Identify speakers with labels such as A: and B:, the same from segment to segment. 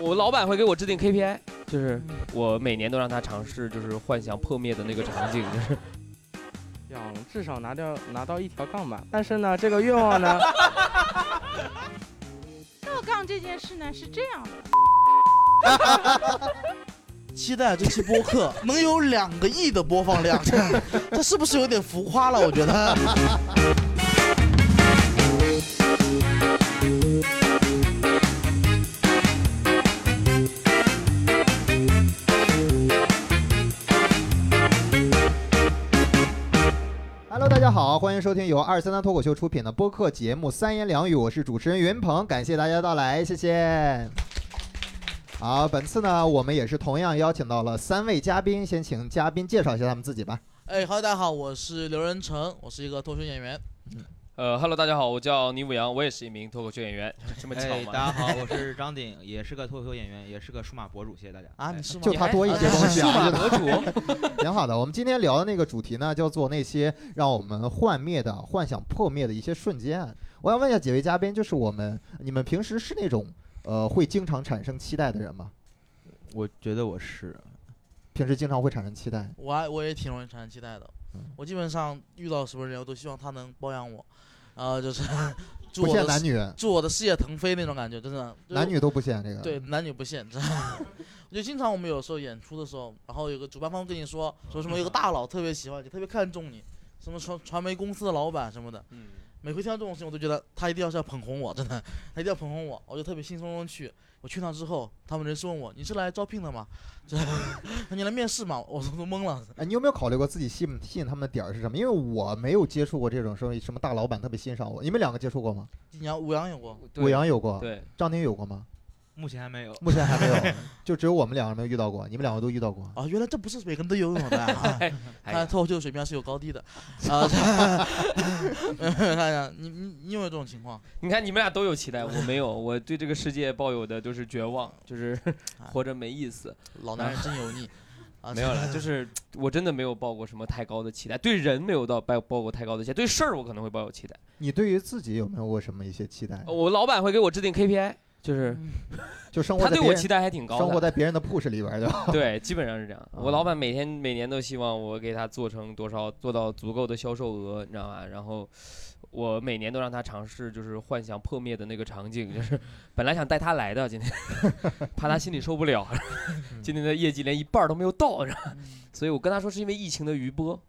A: 我老板会给我制定 KPI，就是我每年都让他尝试，就是幻想破灭的那个场景，就是
B: 要至少拿掉拿到一条杠吧。但是呢，这个愿望 呢，
C: 倒杠这件事呢是这样的，
D: 期待这期播客 能有两个亿的播放 量，这这是不是有点浮夸了？我觉得。
E: Hello，大家好，欢迎收听由二三三脱口秀出品的播客节目《三言两语》，我是主持人云鹏，感谢大家到来，谢谢。好，本次呢，我们也是同样邀请到了三位嘉宾，先请嘉宾介绍一下他们自己吧。
D: 哎哈喽，大家好，我是刘仁成，我是一个脱口秀演员。
A: 呃，Hello，大家好，我叫倪武阳，我也是一名脱口秀演员， 这么巧
F: 哎，
A: 吗？
F: 大 家好，我是张鼎，也是个脱口秀演员，也是个数码博主，谢谢大家。
D: 啊，
F: 哎
D: 你是吗？
E: 就他多一些东西
A: 数码
E: 啊，
A: 博主，
E: 挺好的。我们今天聊的那个主题呢，叫做那些让我们幻灭的、幻想破灭的一些瞬间。我想问一下几位嘉宾，就是我们你们平时是那种呃会经常产生期待的人吗？
F: 我觉得我是，
E: 平时经常会产生期待？
D: 我还我也挺容易产生期待的
E: 嗯，
D: 我基本上遇到什么人，我都希望他能包养我，然后就是祝
E: 不
D: 我的
E: 限
D: 呃
E: 男
D: 事
E: 女，
D: 祝我的事业腾飞那种感觉，真的。就是
E: 男女都不限这个。
D: 对，男女不限制。 就经常我们有时候演出的时候，然后有个主办方跟你说说什么，有个大佬特别喜欢你，特别看重你，什么传传媒公司的老板什么的。
A: 嗯，
D: 每回听到这种事情，我都觉得他一定要是要捧红我，真的，他一定要捧红我，我就特别兴冲冲去。我去那之后，他们人事问我：“你是来招聘的 吗？”这你来面试吗？我都都懵了。
E: 哎，你有没有考虑过自己吸引吸引他们的点儿是什么？因为我没有接触过这种说什么大老板特别欣赏我，你们两个接触过吗？
D: 你要五羊有过，
E: 武阳有过，
A: 对，
E: 张宁有过吗？
F: 目前还没有。
E: 目前还没 有，就只有我们两个没有遇到过，你们两个都遇到过。
D: 啊，原来这不是每个人都拥有的、啊
A: 哎，
D: 看来脱口秀的水平还是有高低的。啊，看一下，你你你有没有这种情况？
A: 你看你们俩都有期待，我没有， 我对这个世界抱有的就是绝望，就是 活着没意思。
D: 老男人真油腻。啊，
A: 没有了，就是我真的没有抱过什么太高的期待，对人没有到抱抱过太高的期待，对事儿我可能会抱有期待。
E: 你对于自己有没有过什么一些期待？
A: 我老板会给我制定 KPI，就是
E: 就生活
A: 他
E: 在
A: 对
E: 别
A: 我
E: 人
A: 期待还挺高的。
E: 生活在别人的 push 里边儿，对 吧？
A: 对，基本上是这样。
E: 啊
A: 我老板每天每年都希望我给他做成多少，做到足够的销售额，你知道吧？然后我每年都让他尝试，就是幻想破灭的那个场 景，就是本来想带他来的，今天怕他心里受不了，
E: 嗯
A: 今天的业绩连一半儿都没有到，然后所以我跟他说是因为疫情的余波，。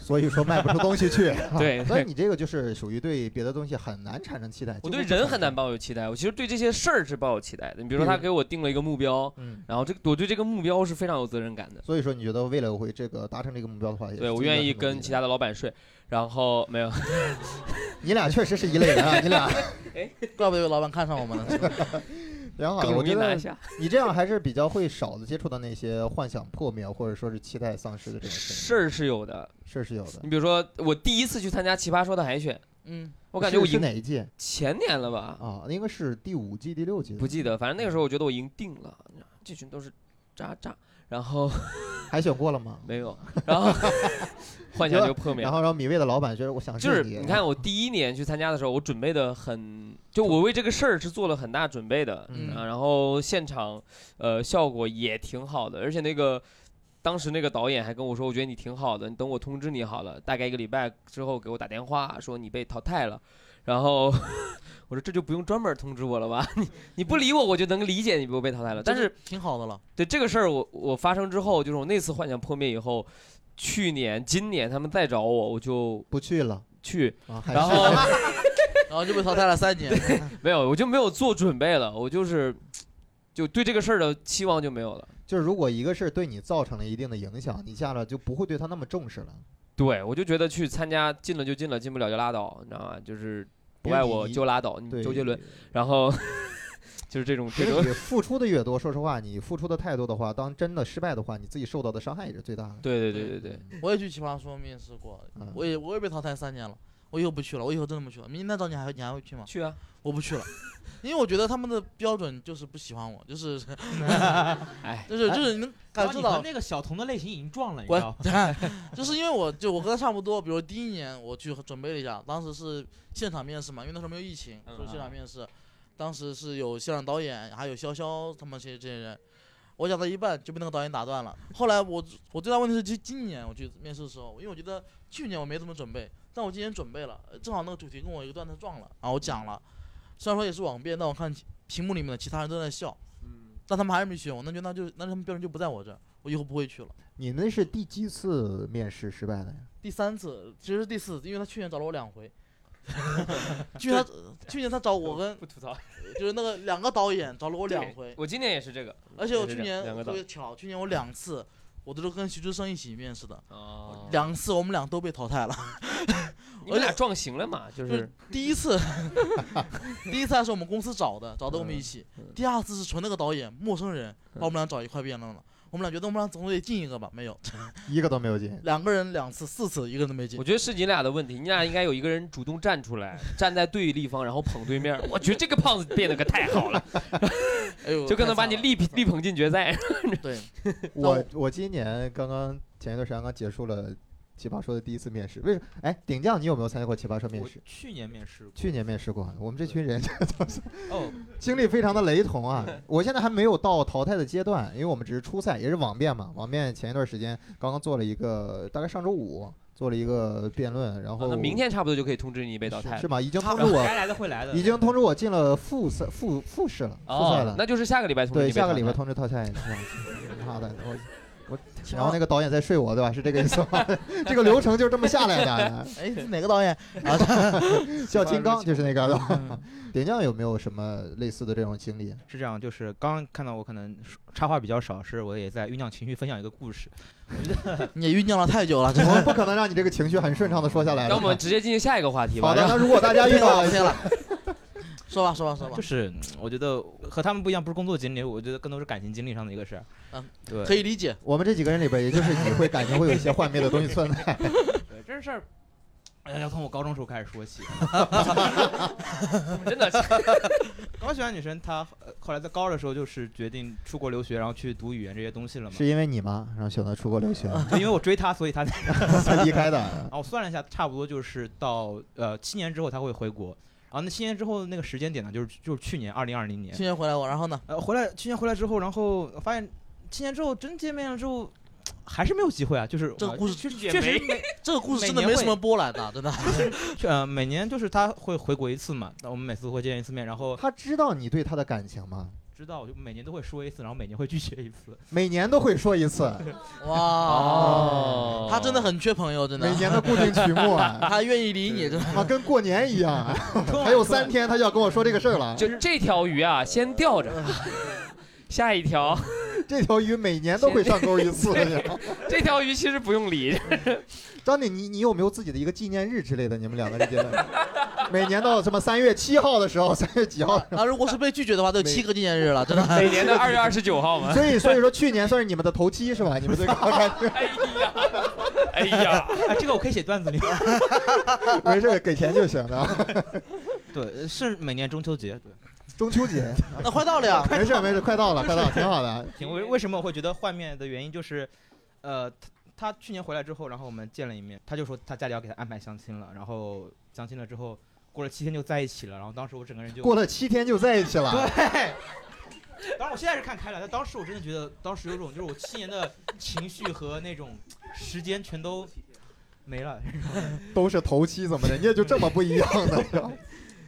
E: 所以说卖不出东西去
A: 对
E: 所以
A: 对
E: 啊你这个就是属于对别的东西很难产生期待。
A: 我
E: 几
A: 对
E: 乎不
A: 人
E: 产
A: 很难
E: 生。
A: 抱有期待，我其实对这些事儿是抱有期待的。你比如说
E: 比如
A: 他给我定了一个目标，
E: 嗯，
A: 然后这个我对这个目标是非常有责任感的。
E: 所以说你觉得为了会这个达成这个目标的话，也
A: 对，
E: 是
A: 我
E: 这个
A: 愿意
E: 很容
A: 跟
E: 的
A: 其他的老板睡，然后没有，
E: 你俩确实是一类人啊，你俩
D: 怪不得有老板看上我们了。
E: 挺好
A: 更
E: 的。啊我
A: 容易
E: 觉
A: 拿
E: 得
A: 下。
E: 你这样还是比较会少的接触到那些幻想破灭或者说是嗯期待丧失的这种事
A: 事儿是有的。
E: 事儿是有的
A: 你。比如说，我第一次去参加《奇葩说》的海选，
D: 嗯，
A: 我感觉我
E: 是是
A: 赢
E: 哪一届
A: 前年了吧，
E: 啊？那应该是第五季、第六季，
A: 不记得，反正那个时候我觉得我赢定了，这群都是渣渣。然后
E: 海选过了吗？
A: 没有，然 后幻想就破灭
E: 然
A: 了。
E: 后让米未的老板觉得我想
A: 就是
E: 你，
A: 你看，我第一年去参加的时候，我准备的很，就我为这个事儿是做了很大准备的，
E: 嗯
A: 啊，然后现场呃效果也挺好的，而且那个当时那个导演还跟我说，我觉得你挺好的，你等我通知你好了，大概一个礼拜之后给我打电话说你被淘汰了，然后 我说这就不用专门通知我了吧， 你你不理我我就能理解你不被淘汰了，但是
D: 挺好的了。
A: 对这个事儿我我发生之后，就是我那次幻想破灭以后，去年今年他们再找我我就
E: 不去了
A: 去。
E: 啊，还是
A: 然后
D: 然后就被淘汰了三年。
A: 没有，我就没有做准备了，我就是就对这个事儿的期望就没有了。
E: 就是如果一个事儿对你造成了一定的影响，你下来就不会对他那么重视了。
A: 对，我就觉得去参加进了就进了，进不了就拉倒，你知道吗？就是不爱我就拉倒，
E: 对，
A: 嗯你周杰伦，，然后 就是这种
E: 其
A: 这
E: 实
A: 种
E: 你。付出的越多，说实话，你付出的太多的话，当真的失败的话，你自己受到的伤害也是最大的。
A: 对对对对对，
D: 我也去奇葩说面试过，
E: 嗯
D: 我也我也被淘汰三年了。我我以后不去了，我以后真的不去了。明天找你还会你还会 去吗？
A: 去啊，
D: 我不去了，因为我觉得他们的标准就是不喜欢我，就是
A: 哎，
D: 就是就是你能感受
F: 你和
D: 到，
F: 那个小童的类型已经撞了，你知
D: 滚
F: 道吗？
D: 就是因为我就我和他差不多，比如第一年我去准备了一下，当时是现场面试嘛，因为那时候没有疫情，
A: 嗯
D: 所以现场面试，当时是有现场导演，还有潇潇他们这些这些人。我讲到一半就被那个导演打断了。后来我我最大问题是，今今年我去面试的时候，因为我觉得去年我没怎么准备，但我今年准备了，呃正好那个主题跟我一个段子撞了，然后我讲了，虽然说也是网辩，但我看屏幕里面的其他人都在笑，但他们还是没选我，那就那就那他们标准就不在我这儿，我以后不会去了。
E: 你那是第几次面试失败的呀？
D: 第三次，其实是第四次，因为他去年找了我两 回。 去年他去年他找我跟
A: 不吐槽，
D: 就是那个两个导演找了我两
A: 对
D: 回，
A: 我今年也是这个，
D: 而且我
A: 也是
D: 去
A: 这样
D: 年
A: 两个
D: 特
A: 导
D: 别巧，去年我两次我都是跟徐志胜一起面试的，
A: 哦，
D: 两次我们俩都被淘汰了。
A: 你们俩撞型了嘛？就
D: 就是
A: 是
D: 第一次， 第一次还是我们公司找的，找的我们一起
A: 嗯嗯。嗯
D: 第二次是纯那个导演陌生人把我们俩找一块辩论了，我们俩觉得我们俩总得进一个吧，没 有，
E: 一个都没 有进。
D: 两个人两次四次一个人都没进
A: 我。觉得是你俩的问题，你俩应该有一个人主动站出来，站在对立方，然后捧对面儿。我觉得这个胖子变得可太好了，
D: 哎呦，可
A: 就可
D: 能
A: 能把你力力捧进决赛。
D: 对，
E: 我我今年刚刚前一段时间刚结束了奇葩说的第一次面试，为什哎，顶将你有没有参加过奇葩说面
F: 我
E: 试？
F: 去年面试过，
E: 去年面试过，啊我们这群人
F: 哦，
E: 经历非常的雷 同啊。我现在还没有到淘汰的阶段，因为我们只是初赛，也是网辩嘛。网辩前一段时间刚刚做了一个，大概上周五做了一个辩论，然
A: 哦
E: 后
A: 那明天差不多就可以通知你被
E: 被
A: 淘汰
E: 是
A: 了。
E: 吗？已经通知
F: 然后
E: 我，
F: 该来的会来的，
E: 已经通知我进了复赛复复试了，复赛
A: 哦
E: 了，。
A: 那就是下个礼拜通知
E: 对，
A: 你被
E: 下个
A: 淘
E: 礼拜
A: 汰
E: 通知淘汰。 妈的，我我，然
A: 哎
E: 后那个导演在睡我，对吧？是这个意思吗？ 这个流程就是这么下来的。
D: 哎， 是哪个导演？ 嗯啊，
E: 小金刚就是那个。 点将有没有什么类似的这种经历？
F: 是这样，就是刚刚看到我可能说插话比较少，是我也在酝酿情绪，分享一个故事。
D: 你也酝酿了太久了，这
E: 我们不可能让你这个情绪很顺畅的说下来的。
A: 让我们直接进行下一个话题吧。
E: 好的，
A: 让
E: 那如果 大家遇
D: 听
E: 到
D: 了，听了。说吧，说吧，说吧
F: 就，是嗯我觉得和他们不一样，不是工作经历，我觉得更多是感情经历上的一个事儿。
D: 嗯，
F: 对，
D: 可以理解。
E: 我们这几个人里边，也就是你会感情会有一些幻灭的东西 存在。
F: 对，这事儿。哎要从我高中时候开始说起。
A: 我们真的是
F: 刚喜欢女生，她呃后来在高二的时候就是决定出国留学，然后去读语言这些东西了嘛。
E: 是因为你吗？然后选择出国留 学
F: 因为我追她，所以她 才。
E: 才离开的
F: 然。后我算了一下，差不多就是到呃七年之后她会回国。然后那七年之后的那个时间点呢，就是就是去年二零二零年
D: 去。年回来我，然后呢？
F: 呃，回来去年回来之后，然后发现七年之后真见面了之后，还是没有机会啊。就是
D: 这个
F: 我
D: 故事
F: 确
A: 也
F: 确实没
D: 这个故事
F: 每
D: 真的
F: 年
D: 没
F: 会
D: 什么波澜的，真 的。
F: 确呃，每年就是他会回国一次嘛，那我们每次会见一次面，然后
E: 他知道你对他的感情吗？
F: 知道我就每年都会说一次，然后每年会拒绝一次。
E: 每年都会说一 次，
D: 哇，
A: 哦，
D: 他真的很缺朋友，真的
E: 每。年的固定曲目啊。
D: 他愿意理你，真的。
E: 啊，跟过年一 样，还有三天他就要跟我说这个事儿了。
A: 就这条鱼啊，先钓 着，下一条，
E: 这条鱼每年都会上钩一次。
A: 这条鱼其实不用理。
E: 张姐，你你有没有自己的一个纪念日之类的？你们两个之间的，每年到什么三月七号的时候，三月几号？
D: 他如果是被拒绝的话，都有
E: 每
D: 七个纪念日了， 真的。
A: 每年的二月二十九号嘛。
E: 所以所以说去年算是你们的头七是吧？你们最高干
A: 哎呀， 哎呀，
F: 哎，这个我可以写段子里。
E: 没事给钱就行了。
F: 对，呃是每年中秋节。对，
E: 中 秋节，
D: 那快到了呀，
E: 没事没事，快到了快到了，挺好的。
F: 行，为为什么我会觉得幻灭的原因就是，呃，他他去年回来之后，然后我们见了一面，他就说他家里要给他安排相亲了，然后相亲了之后，过了七天就在一起了，然后当时我整个人就
E: 过了七天就在一起了，
F: 对。当然，我现在是看开了，但当时我真的觉得，当时有种就是我七年的情绪和那种时间全都没了。
E: 都是头七，怎么人家就这么不一样 呢？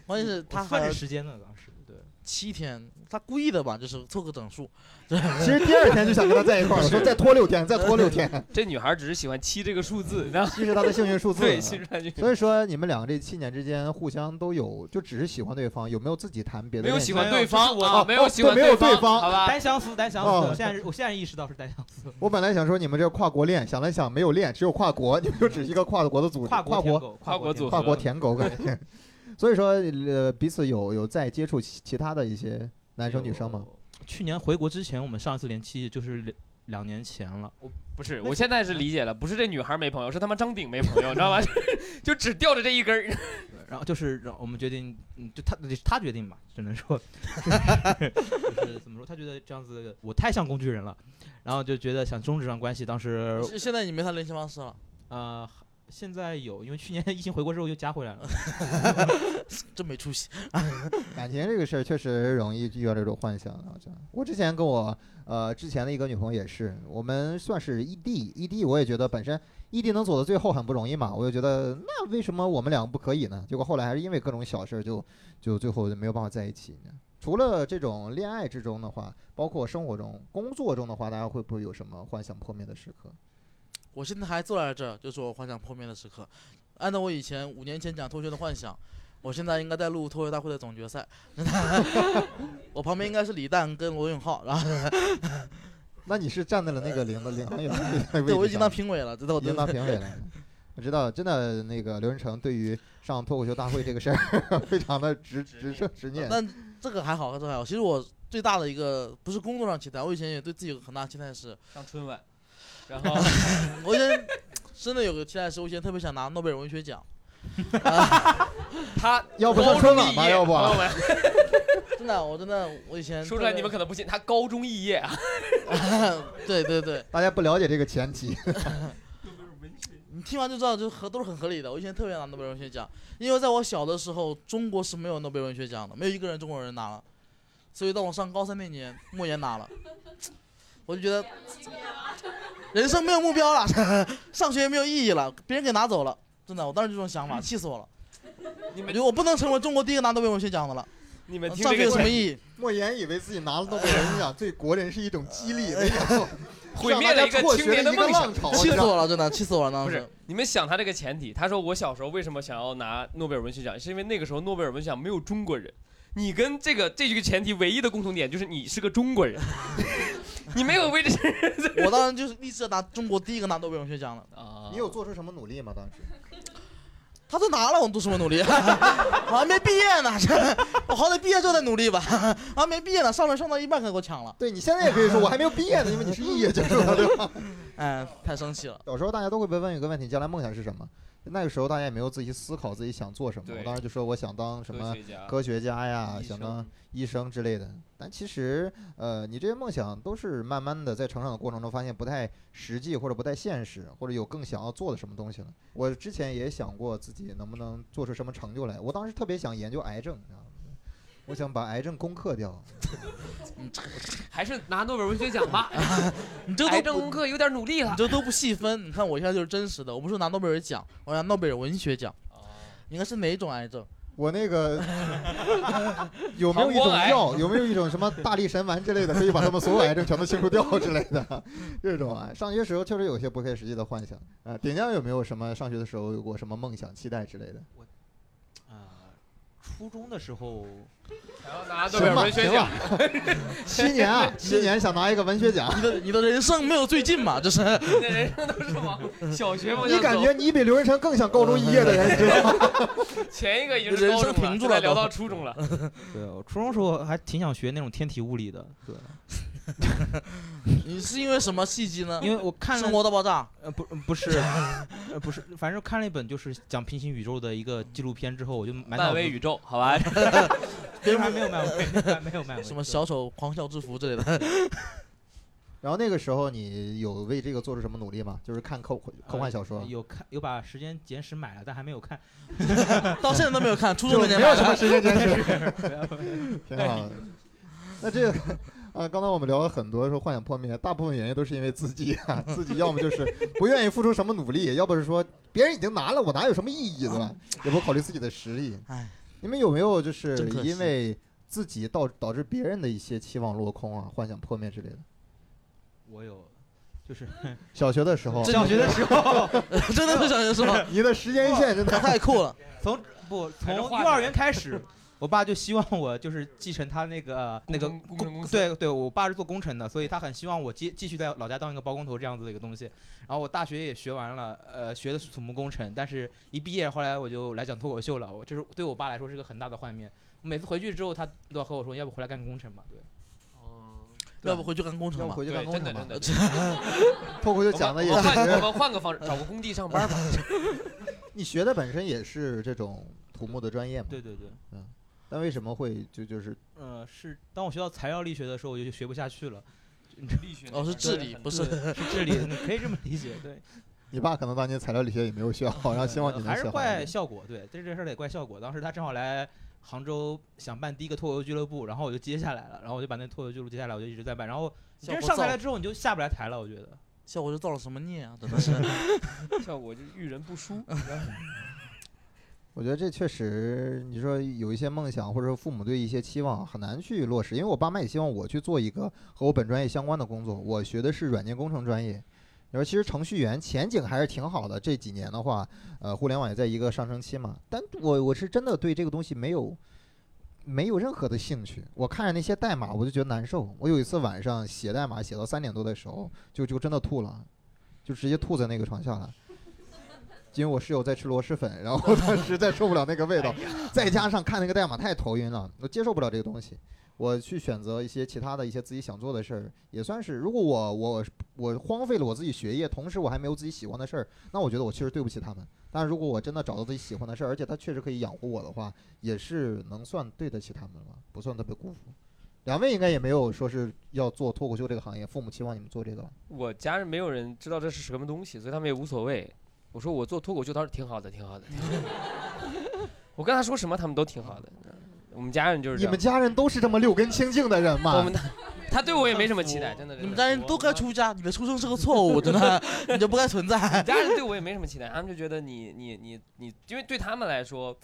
D: 关键是他
F: 我算
D: 还
F: 是时间呢，当时对。
D: 七天，他故意的吧，就是凑个整数。
E: 其实第二天就想跟他在一块儿了，说再拖六天，再拖六天，
A: 这女孩只是喜欢七这个数字，然后
E: 其实他的幸运数字。
A: 对，其实她就
E: 所以说，你们两个这七年之间互相都有，就只是喜欢对方，有没有自己谈别的
A: 没
E: 恋情？
A: 有喜欢
F: 没有
A: 对方
F: 就是我
A: 啊，没有喜欢
E: 对没有对方
A: 方，好
B: 啊
A: 吧？
B: 哎
F: 单相思，单相
E: 哦
F: 思。我现在是我现在意识到是单相思。
E: 我本来想说你们这跨国恋，想了想没有恋，只有跨国，你们就只是一个跨国的组织，
F: 跨
E: 跨
F: 国舔狗，
A: 跨国
F: 舔
A: 组合
F: 狗
E: 跨国舔狗感觉。 所以说，呃，彼此有有在接触其其他的一些男生女生吗？？
F: 去年回国之前，我们上一次联系就是两年前了。
A: 不是，我现在是理解了，不是这女孩没朋友，是他妈张鼎没朋友，你知道吗？就只吊着这一根儿。
F: 然后就是让我们决定，嗯，就他他决定吧，只能说， 就是就是怎么说，他觉得这样子我太像工具人了，然后就觉得想终止上关系。当时
D: 现现在你没他联系方式了，
F: 呃，现在有，因为去年疫情回国之后又加回来了。
D: 真没出息。
E: 感情这个事儿确实容易遇到这种幻想的，我觉得。我之前跟我呃之前的一个女朋友也是，我们算是异地，异地我也觉得本身异地能走到最后很不容易嘛，我就觉得那为什么我们两个不可以呢？结果后来还是因为各种小事儿就就最后就没有办法在一起呢。除了这种恋爱之中的话，包括生活中、工作中的话，大家会不会有什么幻想破灭的时刻？
D: 我现在还坐在这儿，就是我幻想破灭的时刻。按照我以前五年前讲脱学的幻想，我现在应该在录脱学大会的总决赛。 我旁边应该是李诞跟罗永浩，然后
E: 那你是站在了那个领的领航员的位
D: 对我已经
E: 置上
D: 当评委了，知道我
E: 已 经当评委了。我知道，真的那个刘仁成对于上脱口秀大会这个事儿 非常的执执着执念。
D: 但这个还好，这个还好。其实我最大的一个不是工作上期待，我以前也对自己有很大期待是，
A: 上春晚，然后
D: 我以前真的有个期待是，我以前特别想拿诺贝尔文学奖， 啊
A: 他
E: 要不上
A: 高
E: 春
A: 中
E: 晚
A: 肄
E: 吧
A: 业
E: 要不
A: 朋友们
D: 真的，我真的我以前
A: 啊说出来
D: 特别
A: 你们可能不信，他高中肄业啊，
D: 对对对，
E: 大家不了解这个前提，
D: 你听完就知道，就合都是很合理的。我以前特别拿诺贝尔文学奖，因为在我小的时候，中国是没有诺贝尔文学奖的，没有一个人中国人拿了。所以到我上高三那年，莫言拿了，我就觉得人生没有目标了， 上学也没有意义了，别人给拿走了，真的，我当时就这种想法，气死我了。
A: 你
D: 我
A: 们
D: 觉得我不能成为中国第一个拿诺贝尔文学奖的了，
A: 你们听
D: 上学
A: 这
D: 有什
A: 个
D: 么意义？
E: 莫言以为自己拿了诺贝尔文奖对国人是一种激 励，没想到
A: 毁灭了一个
E: 让大家辍
A: 青
E: 学
A: 年
E: 的
A: 的
E: 一个
A: 梦想。
E: 浪潮。
D: 气
E: 你知
D: 死
E: 道吗
D: 我了，真的，气死我了！当
A: 不
D: 时
A: 是，你们想他这个前提，他说我小时候为什么想要拿诺贝尔文学奖，是因为那个时候诺贝尔文学奖没有中国人。你跟这个这个前提唯一的共同点就是你是个中国人， 你没有为 这些
D: 我当时就是立志拿中国第一个拿诺贝尔文学奖的。
A: 啊
E: 你有做出什么努力吗？当时
D: 他都拿了，我读什么努力？ 我还没毕业呢， 我好歹毕业之后再努力吧。我还没毕业呢，上面上到一半可给我抢了，
E: 对你现在也可以说我还没有毕业呢，因为 你是肄业教授，对吧？
D: 哎，太生气了。
E: 有时候大家都会被问一个问题：将来梦想是什么？那个时候大家也没有仔细思考自己想做什么。
A: 对
E: 我当时就说我想当什么
A: 学家
E: 科学家呀，
A: 啊医
E: 想
A: 生
E: 当医生之类的。但其实，呃，你这些梦想都是慢慢的在成长的过程中发现不太实际，或者不太现实，或者有更想要做的什么东西了。我之前也想过自己能不能做出什么成就来。我当时特别想研究癌症，你知道吗？我想把癌症攻克掉。
A: 还是拿诺贝尔文学奖 吧。
D: 你这
A: 癌
D: 都
A: 症
D: 不，
A: 功课有点努力了
D: 你。这都不细分。你看我现在就是真实的，我不是拿诺贝尔奖，我拿诺贝尔文学奖。你看是哪种癌症？
E: 我那个有没有
A: 膀
E: 一种
A: 胱癌
E: 药？有没有一种什么大力神丸之类的，可以把他们所有癌症全都清除掉之类的？这种啊，上学时候确实有一些不切实际的幻想啊。点将有没有什么上学的时候有过什么梦想、期待之类的？
F: 呃，初中的时候，
A: 想要拿诺贝尔啊
E: 行吧，
A: 文学
E: 行
A: 奖
E: 吧，，七年啊，七年想拿一个文学奖，
D: 你的你的人生没有最近嘛？这是
A: 你的人生都是往小学方
E: 嗯你
A: 向
E: 感
A: 走。
E: 觉你比刘仁成更像高中肄业的人，你知道吗？
A: 前一个已经是
D: 人
A: 高
D: 生
A: 中了，
D: 停住
A: 现在
D: 了
A: 聊
D: 都
A: 到初中了。
F: 对我初中时候还挺想学那种天体物理的，对，
D: 你是因为什么契机呢？
F: 因为我看
D: 生
F: 了
D: 活大爆炸，
F: 呃不不是呃不是，反正看了一本就是讲平行宇宙的一个纪录片之后，我就满脑
A: 漫
F: 子
A: 威宇宙，好吧，
F: 别还没有漫威， 还没有漫威，
D: 什么小丑狂笑之蝠之类的。
E: 然后那个时候你有为这个做出什么努力吗？就是看科科幻小说
F: 呃。有看有把《时间简史》买了，但还没有看。
D: 到现在都没有看，初
E: 就
D: 中
E: 没
D: 没年买
E: 有什
D: 的。
E: 么时间坚持，挺好的。 那这个，啊，刚才我们聊了很多说幻想破灭，大部分原因都是因为自己啊，自己要么就是不愿意付出什么努力，要不是说别人已经拿了，我哪有什么意义对
A: 啊
E: 吧？也不考虑自己的实力。
D: 哎，
E: 你们有没有就是
D: 真可惜
E: 因为自己导导致别人的一些期望落空啊、幻想破灭之类的？
F: 我有，就是
E: 小学的时
D: 哦
E: 候，
F: 小学的时候，
D: 真的是小学是吗？
E: 你的时间线真的
D: 太酷了！
F: 从不从
A: 还是
F: 幼
A: 画
F: 儿
A: 的
F: 园开始，我爸就希望我就是继承他那个那个
A: 工工程公司
F: 对对，我爸是做工程的，所以他很希望我继继续在老家当一个包工头这样子的一个东西。然后我大学也学完了，呃，学的是土木工程，但是一毕业后来我就来讲脱口秀了。我这是对我爸来说是个很大的幻灭。每次回去之后，他都要和我说，要不回来干工程吧？对，
E: 对
D: 要不回去干工
E: 要
D: 程
E: 不
D: 吧。
E: 回去干
A: 对，
E: 工
A: 真
E: 程
A: 的
E: 吧
A: 真。的。
E: 脱口秀
A: 我
E: 讲的
A: 们
E: 也
A: 我们
E: 确
A: 换我
E: 实，
A: 们换个方式，找个工地上班吧。
E: 你学的本身也是这种土木的专业嘛？
F: 对对对，
E: 但为什么会就就是
F: 呃，是当我学到材料力学的时候，我就学不下去了，
A: 力学
D: 哦，是治理，不是
F: 对是这里，你可以这么理解，对，
E: 你爸可能当年材料理学也没有学好，然后啊希望
F: 呃
E: 你能
F: 还
E: 学
F: 是
E: 好一
F: 怪
E: 点。
F: 效果，对，这这事儿得怪效果。当时他正好来杭州想办第一个脱口秀俱乐部，然后我就接下来了，然后我就把那脱口秀俱乐部接下来，我就一直在办。然后你
D: 效
F: 真
D: 果
F: 上台
D: 造
F: 来，之后，你就下不来台了，我觉得。
D: 效果是造了什么孽啊？真的是，
A: 效果就是遇人不淑。
E: 我觉得这确实，你说有一些梦想，或者说父母对一些期望很难去落实。因为我爸妈也希望我去做一个和我本专业相关的工作，我学的是软件工程专业。你说其实程序员前景还是挺好的，这几年的话，呃，互联网也在一个上升期嘛。但我我是真的对这个东西没有没有任何的兴趣。我看着那些代码，我就觉得难受。我有一次晚上写代码写到三点多的时候，就就真的吐了，就直接吐在那个床下了。因为我室友在吃螺蛳粉，然后他实在受不了那个味道，再加上看那个代码太头晕了，我接受不了这个东西。我去选择一些其他的一些自己想做的事儿，也算是。如果我我我荒废了我自己学业，同时我还没有自己喜欢的事儿，那我觉得我确实对不起他们。但是如果我真的找到自己喜欢的事儿，而且它确实可以养活我的话，也是能算对得起他们了，不算特别辜负。两位应该也没有说是要做脱口秀这个行业，父母期望你们做这个吧？
A: 我家人没有人知道这是什么东西，所以他们也无所谓。我说我做脱口秀倒是挺好的，挺好的。挺好的我跟他说什么，他们都挺好的。我们家人就是这
E: 你
A: 样
E: 们。家人都是这么六根清净的人吗？
A: 我们他他对我也没什么期待，真的。
D: 你们
A: 真的
D: 家人都该出家，你的出生是个错误，真的，你就不该存在。
A: 家人对我也没什么期待，他们就觉得你你你你，因为对他们来说，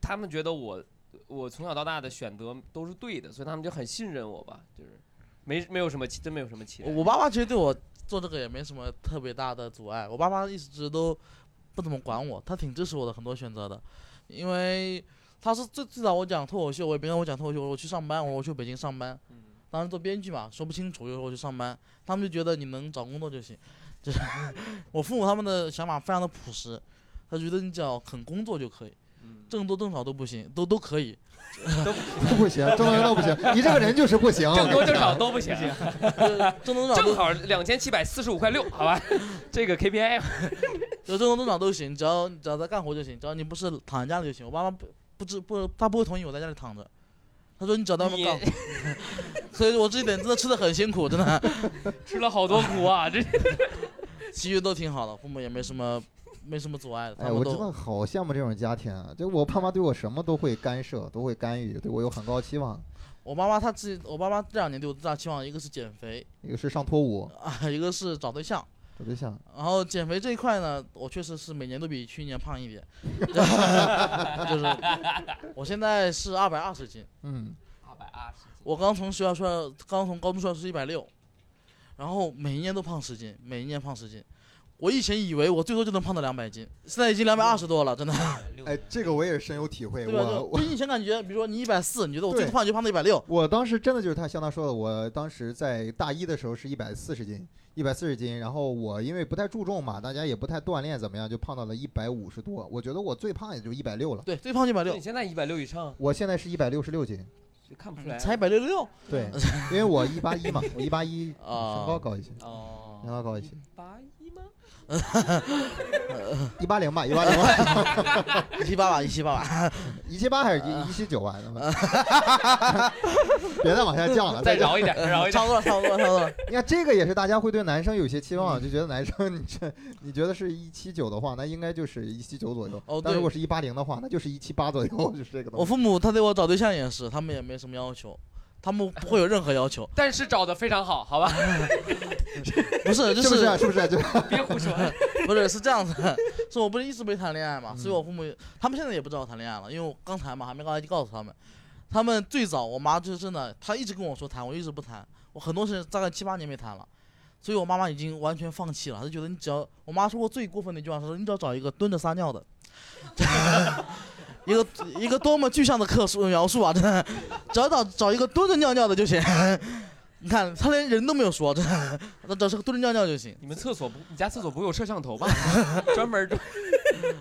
A: 他们觉得我我从小到大的选择都是对的，所以他们就很信任我吧，就是没没有什么期，真没有什么期待。
D: 我爸妈其实对我做这个也没什么特别大的阻碍，我爸妈一直都不怎么管我，他挺支持我的很多选择的，因为他是最最早我讲脱口秀，我也别跟我讲脱口秀，我去上班，我我去北京上班，
A: 嗯
D: 当时做编剧嘛，说不清楚，就说我去上班，他们就觉得你能找工作就行，就是 我父母他们的想法非常的朴实，他觉得你只要肯工作就可以，
A: 嗯
D: 挣多挣少都不行，都都可以，
E: 不行，中文都不行，你这个人就是不行。
A: 挣多挣 少都不行，啊
D: 就是挣
E: 啊
D: 多挣少都
A: 正好两千七百四十五块六，好吧，这个 KPI
D: 有这种多少都行，只要只要在干活就行，只要你不是躺在家里就行。我爸妈不不知不，他不会同意我在家里躺着。他说你找到没
A: 你
D: 干活， 所以我这一点真的吃的很辛苦，真的。
A: 吃了好多苦啊，这
D: 其余都挺好的，父母也没什么没什么阻碍的，
E: 哎，
D: 他
E: 我
D: 们
E: 真
D: 都
E: 的好羡慕这种家庭啊！就我爸妈对我什么都会干涉，都会干预，对我有很高期望。
D: 我妈妈她自己，我爸妈这两年对我最大期望一个是减肥
E: 一个是上脱舞，
D: 啊，一个是找对象。
E: 找对象，
D: 然后减肥这一块呢，我确实是每年都比去年胖一点， 就是我现在是二百二十斤，
E: 嗯，
A: 二百二十，
D: 我刚从学校出来，刚从高中出来是一百六，然后每一年都胖十斤，每一年胖十斤。我以前以为我最多就能胖到两百斤，现在已经两百二十多了，真的。
E: 哎，这个我也深有体会。
D: 对吧？啊
E: 我
D: 就
E: 我
D: 就以前感觉，比如说你一百四，你觉得我最
E: 对
D: 胖就胖到一百六，
E: 我当时真的就是他像他说的，我当时在大一的时候是一百四十斤，一百四十斤，然后我因为不太注重嘛，大家也不太锻炼，怎么样，就胖到了一百五十多。我觉得我最胖也就一百六了，
D: 对，最胖就一百六
A: 你，现在一百六以上，
E: 我现在是一百六十六斤。
A: 就看
E: 嗯
A: 不出来
D: 才一百六六
E: 对，因为我一八一嘛，我一八一，
D: 啊
E: 身高高一些，
A: 哦
E: 身，高高一些，
A: 八一吗？
E: 一八零吧，一八零。
D: 一七八吧，一七八吧。
E: 一七八还是一一七九啊？别再往下降了，
A: 再
E: 再降。
A: 饶一点，再饶一点
D: 差。不多了，差不多了，差不多了。
E: 你看这个也是大家会对男生有些期望，啊就觉得男生你这你觉得是一七九的话，那应该就是一七九左右。
D: 哦
E: 但
D: 对
E: 如果是一八零的话，那就是一七八左右，就是这个
D: 我
E: 东西。
D: 父母他对我找对象也是，他们也没什么要求，他们不会有任何要求。
A: 但是找的非常好，好吧，
D: 不是，哦就是
E: 不是啊？是不是啊？就
A: 别胡 说。
D: 不是是这样子，是我不是一直没谈恋爱嘛，
E: 嗯
D: 所以我父母他们现在也不知道我谈恋爱了，因为我刚谈嘛，还没刚才告诉他们。他们最早我妈就是真的，她一直跟我说谈，我一直不谈，我很多事情大概七八年没谈了，所以我妈妈已经完全放弃了，她就觉得你只要我妈说过最过分的一句话，她说你只要找一个蹲着撒尿的。 一个一个多么具象的课述描述啊！真的，只要找找一个蹲着尿尿的就行。 你看他连人都没有说，这那只是个蹲着尿尿就行。
A: 你们厕所不，你家厕所不会有摄像头 吧？专门儿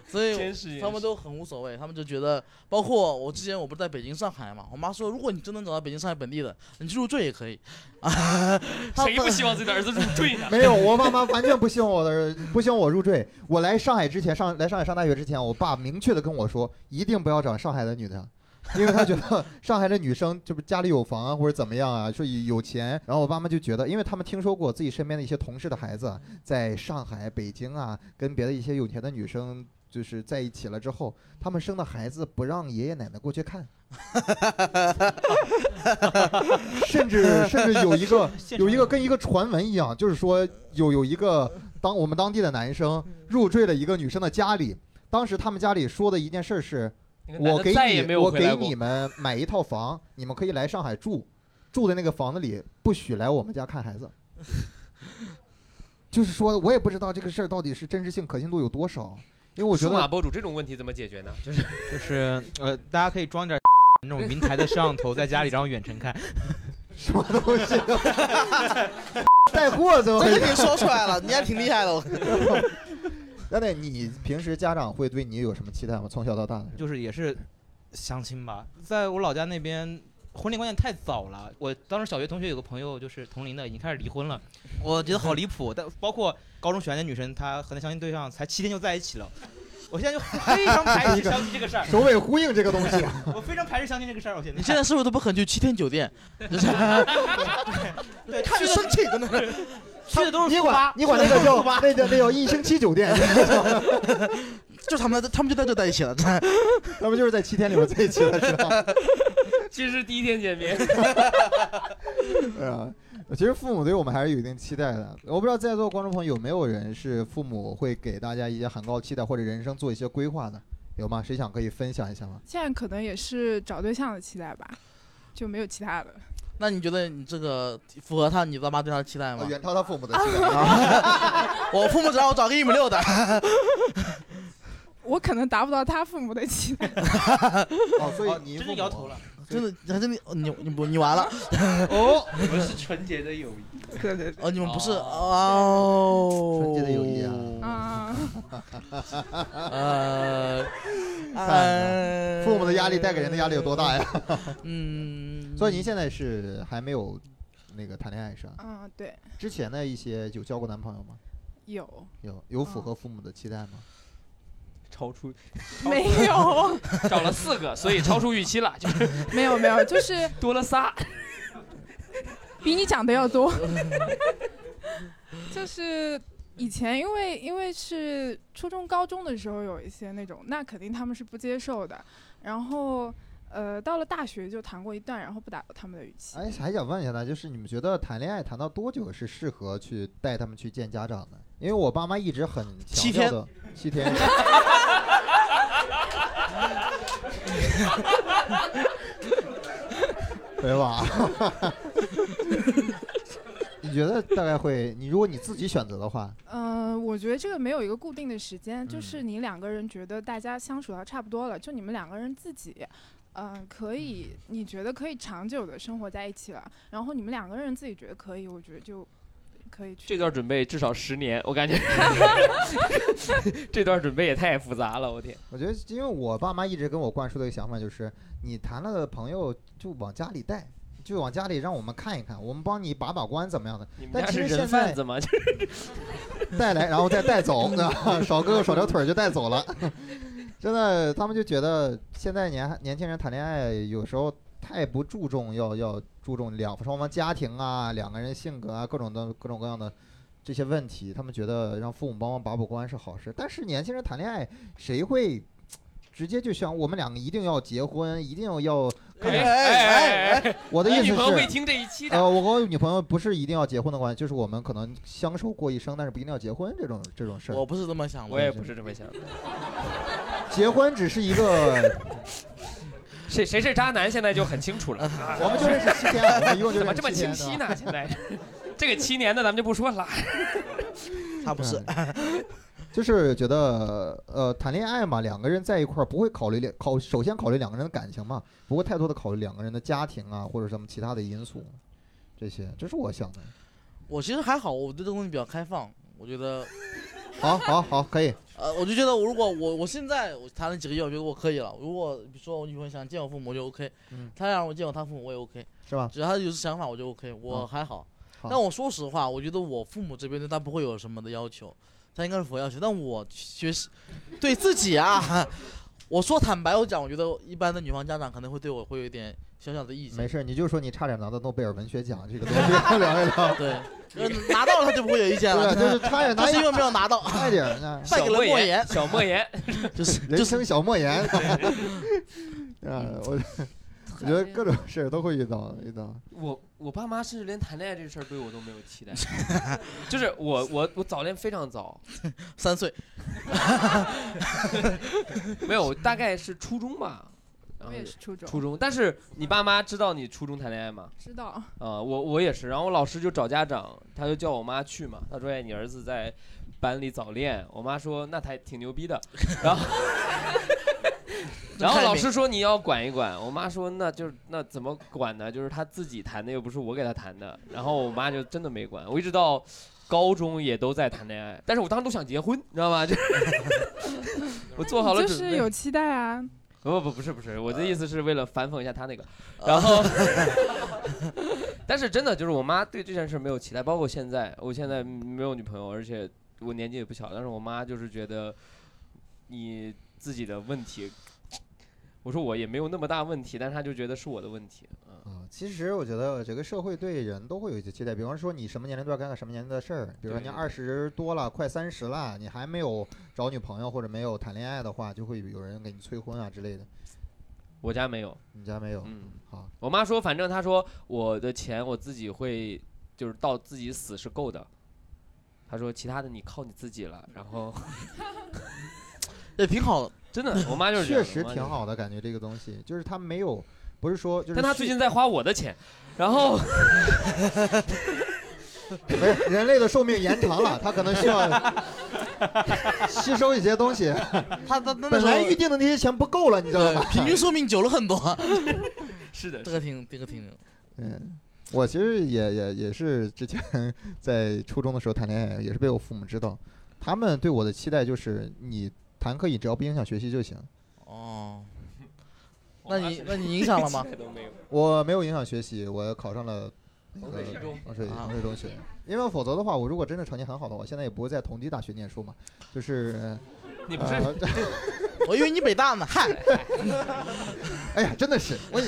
D: 所以
A: 监视
D: 他们都很无所谓，他们就觉得，包括我之前我不是在北京、上海嘛，我妈说，如果你真能找到北京、上海本地的，你去入赘也可以。 啊，他
A: 谁不
D: 们
A: 希望自己的儿子入赘呢？
E: 没有，我爸妈完全不希望我的， 不希望我入赘。我来上海之前，上来上海上大学之前，我爸明确的跟我说，一定不要找上海的女的，因为他觉得上海的女生就是家里有房啊，或者怎么样啊，说有有钱。然后我爸妈就觉得，因为他们听说过自己身边的一些同事的孩子啊在上海、北京啊，跟别的一些有钱的女生就是在一起了之后，他们生的孩子不让爷爷奶奶过去看。 甚至甚至有一个
F: 现
E: 有
F: 场
E: 一个跟一个传闻一样，就是说有有一个当我们当地的男生入赘了一个女生的家里，当时他们家里说的一件事是，
A: 那个男
E: 我
A: 的
E: 给
A: 再也没
E: 你
A: 有
E: 我
A: 回来
E: 给
A: 过
E: 你。们买一套房，你们可以来上海住，住的那个房子里不许来我们家看孩子。 就是说我也不知道这个事儿到底是真实性可信度有多少，因为我觉
A: 数码
E: 得
A: 博主这种问题怎么解决呢？就是
F: 就是呃，大家可以装点 那种云台的摄像头在家里，然后远程看。
E: 什么东西 带货怎么回
D: 这
E: 事？
D: 个你说出来了，你还挺厉害的。我
E: 那得你平时家长会对你有什么期待吗？从小到大的时候，，
F: 就是也是相亲吧，在我老家那边婚恋观念太早了。我当时小学同学有个朋友就是同龄的，已经开始离婚了，我觉得好离谱。但包括高中喜欢的女生，她和她相亲对象才七天就在一起了。我现在就非常排斥相亲这个事儿
E: 首尾呼应这个东西，
F: 我非常排斥相亲这个事儿。我现在
D: 你现在是不是都不肯去七天酒店？就是
F: 对
D: 看
F: 去
D: 着
F: 的
D: 生气的呢。
F: 去的都是
E: 你
F: 速
E: 管
F: 八
E: 你管那个叫那叫那叫一星期酒店，
D: 就他们在，他们就在这在一起了。
E: 他们就是在七天里面在一起的，是 吧？
A: 其实是第一天见 面，
E: 对啊，其实父母对我们还是有一定期待的。我不知道在座观众朋友有没有人是父母会给大家一些很高期待，或者人生做一些规划的，有吗？谁想可以分享一下吗？
G: 现在可能也是找对象的期待吧，就没有其他的。
D: 那你觉得你这个符合他你爸妈对他的期待吗？
E: 哦远超他父母的期待 啊！
D: 我父母只让我找个一米六的，
G: 我可能达不到他父母的期待，
E: 哦，所以
F: 哦
E: 你
F: 真的摇头了。
D: 真的，还真的，哦你你不你完了
F: 哦， 我们是纯洁的友谊。
G: 对对对，
D: 哦，你们不是
E: 对
D: 哦，
E: 纯洁的友谊啊
G: 啊、
D: 呃，
E: 看父母的压力带给人的压力有多大
D: 呀？
E: 呀？
D: 嗯，
E: 所以您现在是还没有那个谈恋爱是吧？
G: 啊、对，
E: 之前的一些有交过男朋友吗？
G: 有
E: 有有
G: 嗯
E: 符合父母的期待吗？
A: 超出
G: 没有
A: 找了四个，所以超出预期了，就是
G: 没有没有，就是
A: 多了仨。
G: 比你讲的要多， 就是。以前因为因为是初中高中的时候有一些那种，那肯定他们是不接受的。然后，呃，到了大学就谈过一段，然后不达到他们的预期。
E: 哎，还想问一下呢，就是你们觉得谈恋爱谈到多久是适合去带他们去见家长的？因为我爸妈一直很强
D: 七
E: 调
D: 天
E: 的七天， 对吧？ 你觉得大概会？你如果你自己选择的话，
G: 嗯，我觉得这个没有一个固定的时间，就
E: 嗯
G: 是你两个人觉得大家相处到差不多了，就你们两个人自己，嗯、可以，你觉得可以长久的生活在一起了，然后你们两个人自己觉得可以，我觉得就可以去。
A: 这段准备至少十年，我 感觉这段准备也太复杂了，我天！
E: 我觉得，因为我爸妈一直跟我灌输的一个想法就是，你谈了的朋友就往家里带，就往家里让我们看一看，我们帮你把把关，怎么样的？
A: 你们
E: 但
A: 家
E: 其
A: 是
E: 实
A: 人
E: 现
A: 贩
E: 在
A: 子吗？
E: 带来，然后再带走，对吧？少胳膊少条腿儿就带走了。 真的，他们就觉得现在年年轻人谈恋爱有时候太不注重要要注重两双方家庭啊、两个人性格啊各种的各种各样的这些问题，他们觉得让父母帮忙把把关是好事。但是年轻人谈恋爱，谁会？直接就想我们两个一定要结婚，一定要
A: 哎
E: 看
A: 哎
E: 看。
A: 哎哎哎！
E: 我的意思
A: 女
E: 是，
A: 朋友会听这一期的。
E: 呃，我和我女朋友不是一定要结婚的关系，就是我们可能相守过一生，但是不一定要结婚这种这种事儿。
D: 嗯我不是这么想
A: 我
D: 的，
A: 也不是这么想的。
E: 结婚只是一个，
A: 谁谁是渣男，现在就很清楚了。
E: 我们就认识七天，啊我们一共就
A: 怎么这
E: 认识
A: 么
E: 七
A: 清晰
E: 天。啊对吧
A: 呢？现在 这个七年的咱们就不说 了。
D: 他不
E: 嗯
D: 哎是，
E: 就是觉得呃，谈恋爱嘛，两个人在一块儿不会考虑两考，首先考虑两个人的感情嘛，不会太多的考虑两个人的家庭啊或者什么其他的因素。这些，这是我想的。
D: 我其实还好，我对这个东西比较开放，我觉得
E: 好，好，好，可以。
D: 呃，我就觉得我如果我我现在我谈了几个月，我觉得我可以了。如果比如说我女朋友想见我父母，我就 OK；、
E: 嗯
D: 她让我见我她父母，我也 OK。
E: 是吧？
D: 只要她有想法，我就 OK，我
E: 嗯
D: 还好。
E: 好
D: 但我说实话，我觉得我父母这边对她不会有什么的要求，她应该是符合要求。但我学习对自己啊， 我说坦白，我讲，我觉得一般的女方家长可能会对我会有一点小小的意见。
E: 没事，你就说你差点拿到诺贝尔文学奖这个东西， 聊一聊。
D: 对，呃拿到了他就不会有意见了，
E: 对啊就是差点拿
D: 他是因为没有拿到，
E: 快点儿 呢，
D: 败
A: 小
D: 给了
A: 莫
D: 莫
A: 言
D: 言，，
A: 小莫言，
D: 就是就
E: 人
D: 是
E: 生小 莫言。 啊，我我觉得各种事儿都会遇到遇到。
A: 我我爸妈甚至连谈恋爱这事儿对我都没有期待， 就是我我我早恋非常早，
D: 三岁，
A: 没有，大概是初中吧，
G: 我
A: 然后
G: 也是初中，
A: 初中，但是你爸妈知道你初中谈恋爱吗？
G: 知道
A: 啊、我我也是，然后我老师就找家长，他就叫我妈去嘛，他说哎你儿子在班里早恋，我妈说那他挺牛逼的，然后然后老师说你要管一管，我妈说那就是那怎么管呢？就是他自己谈的，又不是我给他谈的，然后我妈就真的没管，我一直到。高中也都在谈恋爱，但是我当时都想结婚，你知道吗？就是 我做好了
G: 就
A: 准备，
G: 是有期待啊，
A: 不不不是不是，我的意思是为了反讽一下他那个，
D: 呃
A: 然后， 但是真的就是我妈对这件事没有期待，包括现在，我现在没有女朋友，而且我年纪也不小，但是我妈就是觉得你自己的问题，我说我也没有那么大问题，但是她就觉得是我的问题，嗯，
E: 啊，其实我觉得这个社会对人都会有一些期待，比方说你什么年龄段干个什么年龄的事儿，比如说
A: 对
E: 你
A: 对
E: 二十多了，快三十了，你还没有找女朋友或者没有谈恋爱的话，就会有人给你催婚啊之类的。
A: 我家没有，
E: 你家没有？
A: 嗯，
E: 好，
A: 我妈说，反正她说我的钱我自己会，就是到自己死是够的，她说其他的你靠你自己了，然后
D: 也挺好的。
A: 真的，我妈就是这
E: 确
A: 样的
E: 实
A: 我妈就
E: 挺
A: 是
E: 好的，感觉这个东西就是他没有，不是说就是
A: 但他
E: 蓄
A: 最近在花我的钱，然后
E: 不是人类的寿命延长了，他可能需要吸收一些东 西。
D: 他他那
E: 本
D: 时
E: 来预
D: 候
E: 定的那些钱不够了，你知道吗？
D: 对平均寿命久了很多，
A: 是的
D: 这个挺这个挺
E: 嗯，我其实也也也是之前 在初中的时候谈恋爱，也是被我父母知道，他们对我的期待就是你谈可以，只要不影响学习就行。
D: 哦。那你那你影响了吗？
A: 都没有，
E: 我没有影响学习，我考上了那
A: 衡
E: 个
A: 水一中
E: 衡水
D: 啊
E: 衡水中学，因为否则的话，我如果真的成绩很好的话，我现在也不会在同济大学念书嘛，就是
A: 你不是
E: 呃，
D: 我以为你北大呢，嗨，
E: 哎呀，真的是我也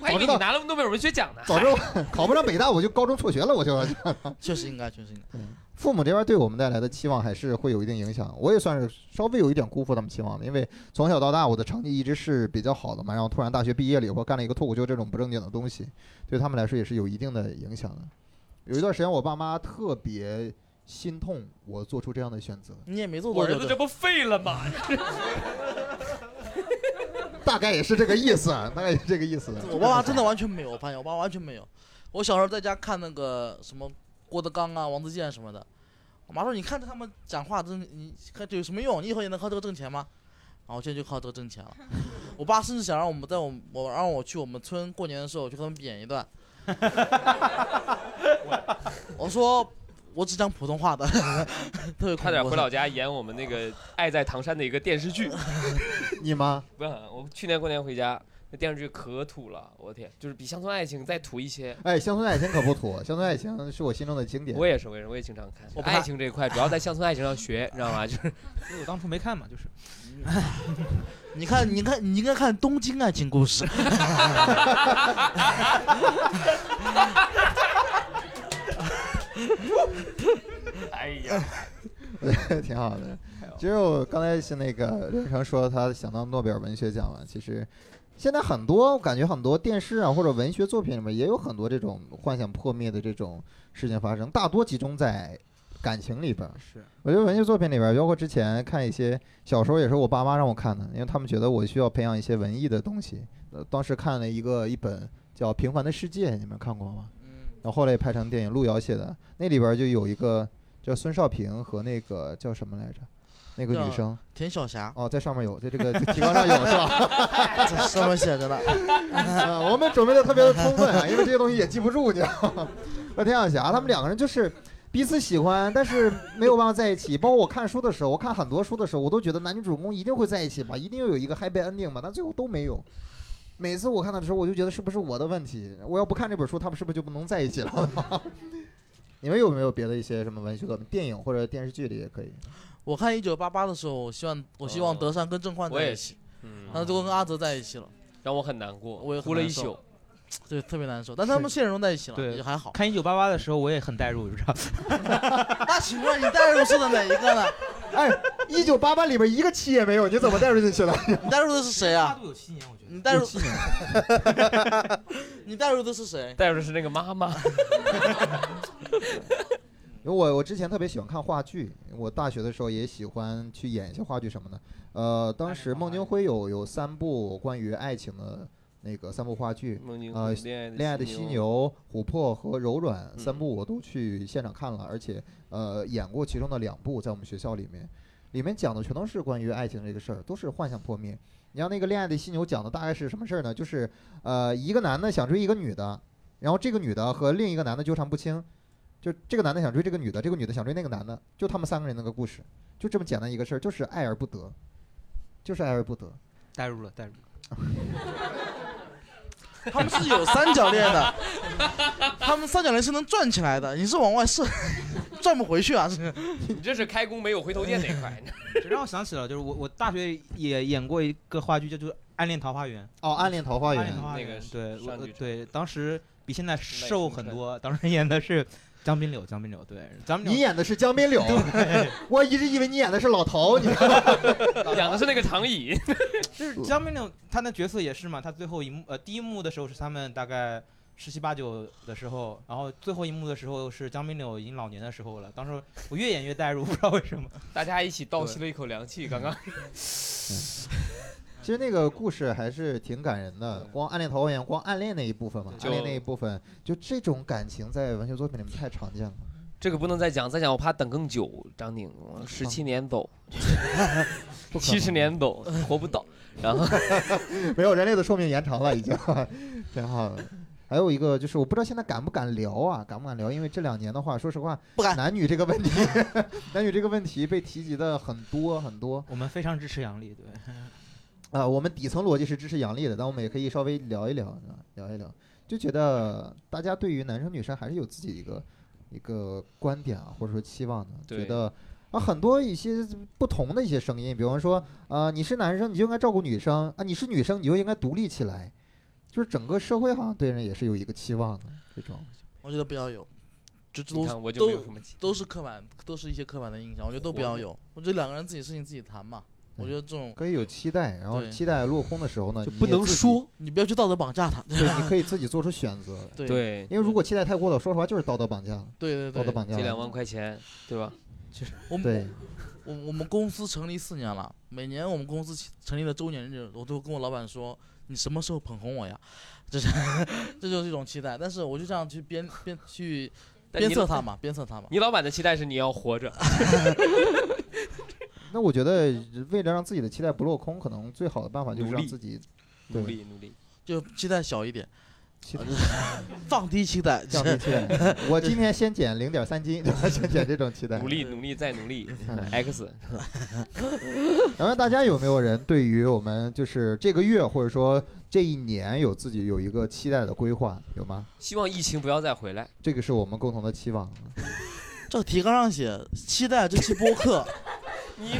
A: 我还以为哎你拿了诺贝尔文学奖呢。
E: 早知道我考不上北大，我就高中辍学了，我就。
D: 确实应该，确实应该。
E: 父母这边对我们带来的期望还是会有一定影响。我也算是稍微有一点辜负他们期望的，因为从小到大我的成绩一直是比较好的嘛，然后突然大学毕业了以后干了一个脱口秀这种不正经的东西，对他们来说也是有一定的影响的。有一段时间，我爸妈特别心痛我做出这样的选择，
D: 你也没做
A: 我
D: 多
A: 儿
D: 久
A: 子这
D: 的，
A: 不废了吗？
E: 大概也是这个意思，大概也是这个意思。
D: 我爸妈真的完全没有，我发现我爸完全没有。我小时候在家看那个什么郭德纲啊、王自健什么的，我妈说你看着他们讲话真，你看这有什么用？你以后也能靠这个挣钱吗？然后我现在就靠这个挣钱了。我爸甚至想让我们在我们我让我去我们村过年的时候去和他们演一段。我说我只讲普通话的，特别恐怖
A: 快点回老家演我们那个《爱在唐山》的一个电视剧。
E: 你妈
A: 不是，我去年过年回家，那电视剧可土了，我天，就是比《乡村爱情》再土一些。
E: 哎，乡村爱情可不土，乡村爱情是我心中的经典。
A: 我也是，我也是，我也经常看
D: 我。不看
A: 爱情这一块主要在《乡村爱情》上学，你知道吗？就是
F: 因为我当初没看嘛，就是
D: 你看，你看，你应该看《东京爱情故事》
A: 哎呀，
E: 挺好的。其实我刚才是那个任成说他想到诺贝尔文学奖了，其实现在很多我感觉很多电视啊或者文学作品里面也有很多这种幻想破灭的这种事情发生，大多集中在。感情里边儿，
F: 是
E: 我觉得文学作品里边儿，包括之前看一些小时候也是我爸妈让我看的，因为他们觉得我需要培养一些文艺的东西。呃，当时看了一个一本叫《平凡的世界》，你们看过吗？然后后来也拍成电影，路遥写的，那里边儿就有一个叫孙少平和那个叫什么来着，那个
D: 叫
E: 女生，
D: 田晓霞
E: 哦，在上面有，在这个提纲上有是吧？
D: 这上面写着呢。
E: 啊，我们准备的特别的充分啊，因为这些东西也记不住，你知道吗？ 那田晓霞他们两个人就是彼此喜欢，但是没有办法在一起。包括我看书的时候，我看很多书的时候，我都觉得男女主人公一定会在一起吧，一定要有一个 happy ending 吧，但最后都没有。每次我看到的时候，我就觉得是不是我的问题？我要不看这本书，他们是不是就不能在一起了？ 你们有没有别的一些什么文学作品、电影或者电视剧里也可以？
D: 我看《一九八八》的时候，我希望我希望
A: 哦
D: 德善跟郑焕
A: 我
D: 在
A: 也
D: 一起，
A: 嗯
D: 但是最后跟阿泽在一起了，
A: 让我很难过，
D: 我也很
A: 哭了
D: 难
A: 一
D: 受
A: 宿。
D: 对，特别难受。但是他们现实中在一起了，
F: 对
D: 也还好。
F: 看一九八八的时候，我也很代入，你知道吗？
D: 那请问你带入是的哪一个呢？
E: 哎，一九八八里边一个七也没有，你怎么带入进去了？
D: 你带入的是谁啊？
F: 度有七年，我觉
D: 你带入 你带入的是谁？
A: 带入的是那个妈妈，
E: 因为我我之前特别喜欢看话剧，我大学的时候也喜欢去演一些话剧什么的。呃，当时孟京辉有有三部关于爱情的那个三部话剧，
A: 梦境
E: 呃
A: 中恋爱
E: 《恋爱的犀牛》《琥珀》和《柔软》三
A: 嗯
E: 部我都去现场看了，而且呃演过其中的两部，在我们学校里面，里面讲的全都是关于爱情这个事儿，都是幻想破灭。你像那个《恋爱的犀牛》讲的大概是什么事儿呢？就是呃一个男的想追一个女的，然后这个女的和另一个男的纠缠不清，就这个男的想追这个女的，这个女的想追那个男的，就他们三个人那个故事，就这么简单一个事儿，就是爱而不得，就是爱而不得。
F: 代入了，代入了。
D: 他们是有三角恋的，他们三角恋是能转起来的，你是往外射， 转不回去啊！是
A: 你这是开弓没有回头箭那一块。
F: 这让我想起了，就是我我大学也演过一个话剧，叫做《暗恋桃花源》。
E: 哦，《暗恋桃花
F: 暗
E: 源
F: 恋桃》花
A: 那
F: 源
A: 个是
F: 对我
A: 上
F: 呃
A: 剧场
F: 对，当时比现在瘦很多。当时演的是江滨柳，江滨柳对，江滨
E: 你
F: 柳
E: 演的是江边柳， 我一直以为你演的是老头，你
A: 养的是那个长椅，
F: 就是江滨柳，他那角色也是嘛。他最后一幕呃第一幕的时候是他们大概十七八九的时候，然后最后一幕的时候是江滨柳已经老年的时候了。当时我越演越代入，不知 道为什么。
A: 大家一起倒吸了一口凉气。刚刚
E: 其实那个故事还是挺感人的，光暗恋桃花源，光暗恋那一部分嘛，
F: 对
E: 暗恋
A: 就
E: 那一部分，就这种感情在文学作品里面太常见了。
A: 这个不能再讲，再讲我怕等更久。张宁，十七年走，
E: 不可能
A: 七十年走，活不到。然 后
E: 没有人类的寿命延长了，已经， 挺好的。还有一个就是，我不知道现在敢不敢聊啊，敢不敢聊？因为这两年的话，说实话，
D: 不敢
E: 男女这个问题， 男女这个问题被提及的很多很多。
F: 我们非常支持杨笠，对。
E: 啊，我们底层逻辑是支持杨笠的，但我们也可以稍微聊一聊，啊，聊一聊，就觉得大家对于男生女生还是有自己一个一个观点啊，或者说期望的，觉
A: 对
E: 得啊很多一些不同的一些声音，比方说，呃，你是男生你就应该照顾女生啊，你是女生你就应该独立起来，就是整个社会好像对人也是有一个期望的这种。
D: 我觉得不要有，就这
A: 你
D: 都
A: 看我就没有
D: 都
A: 什么期
D: 都是刻板，都是一些刻板的印象，我觉得都不要有。我觉得两个人自己事情自己谈嘛。我觉得这种
E: 可以有期待，然后
D: 对
E: 期待落空的时候呢，
A: 就
E: 你
A: 不
E: 也
A: 能
E: 自己，
A: 说。
D: 你不要去道德绑架他。
E: 对，你可以自己做出选择，
D: 对对
A: 对，
E: 因为如果期待太过了，说实话就是道德绑架了，
D: 对
E: 道
D: 对
E: 德
D: 对，
E: 绑架
A: 这
E: 了。
A: 两万块钱，对 吧？
D: 我
E: 对
D: 们，我我们公司成立四年了，每年我们公司起成立的周年日，我都跟我老板说，你什么时候捧红我呀？这是 这就是一种期待，但是我就这样去鞭鞭去
A: 但
D: 鞭
A: 你
D: 策他嘛，鞭策他嘛。
A: 你老板的期待是你要活着，
E: 那我觉得，为了让自己的期待不落空，可能最好的办法就是
A: 努
E: 让
A: 力
E: 自己
A: 努
E: 对
A: 力努力。
D: 就期待小一点，啊
E: 期待
D: 放低期 待，
E: 降低期 待。我今天先减零点三斤，先减这种期待
A: 努。力努力再努力
E: 嗯
A: ，X
E: 然后大家有没有人对于我们就是这个月或者说这一年有自己有一个期待的规划有吗？
A: 希望疫情不要再回 来。
E: 这个是我们共同的期 望。
D: 这个提纲上写期待这期播客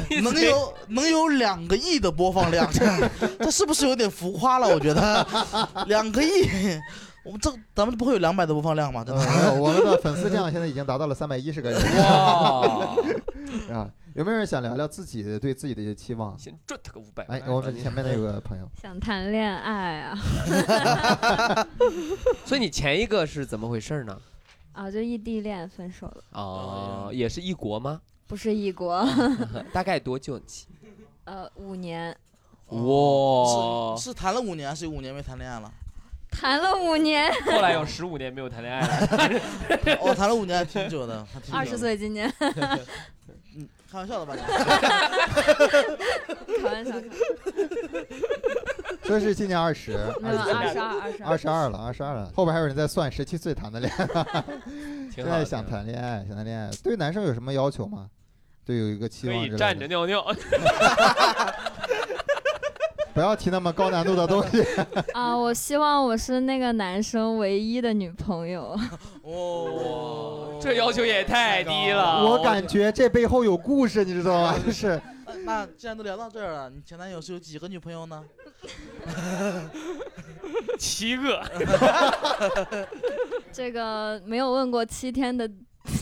A: 你
D: 能
A: 这
D: 有能有两个亿的播放量，这是不是有点浮夸了？我觉 得两个亿，我们这咱们不会有两百的播放量吗？真的。
E: 呃， 我们的粉丝量现在已经达到了三百一十个人
A: 哇，
E: 啊！有没有人想聊聊自己对自己的一些期望？
A: 先赚他个五百。
E: 哎，我们前面那个朋友，
H: 想谈恋爱啊
A: 哎所以你前一个是怎么回事呢？
H: 啊，就异地恋分手了，
A: 哦，也是异国 吗？
H: 不是异国，
A: 大概多久期？
H: 呃，五年
A: 哇
D: 是是谈了五年，还是有五年没谈恋爱了？
H: 谈了五年，
A: 后来有十五年没有谈恋爱了，
D: 我、哦、谈了五年还挺久的，还挺久的
H: 二十。岁今年，
D: 开玩笑的吧？你
H: 开玩笑，
E: 说是今年二 十，
H: 没有二十二，二十
E: 二十二了，二十二了，后边还有人在算十七岁谈的恋爱，
A: 挺
E: 现
A: 好
E: 在
A: 的。
E: 想谈恋爱，想谈恋爱，对男生有什么要求吗？对，有一个期
A: 可
E: 望之
A: 以
E: 类的
A: 站着尿 尿，
E: 不要提那么高难度的东 西。
H: 啊！我希望我是那个男生唯一的女朋友。
D: 哦，
A: 这要求也太低了。
E: 我感觉这背后有故事，你知道吗？ 就是
D: 那那既然都聊到这儿了，你前男友是有几个女朋友呢？
A: 七个，
H: 这个没有问过七天的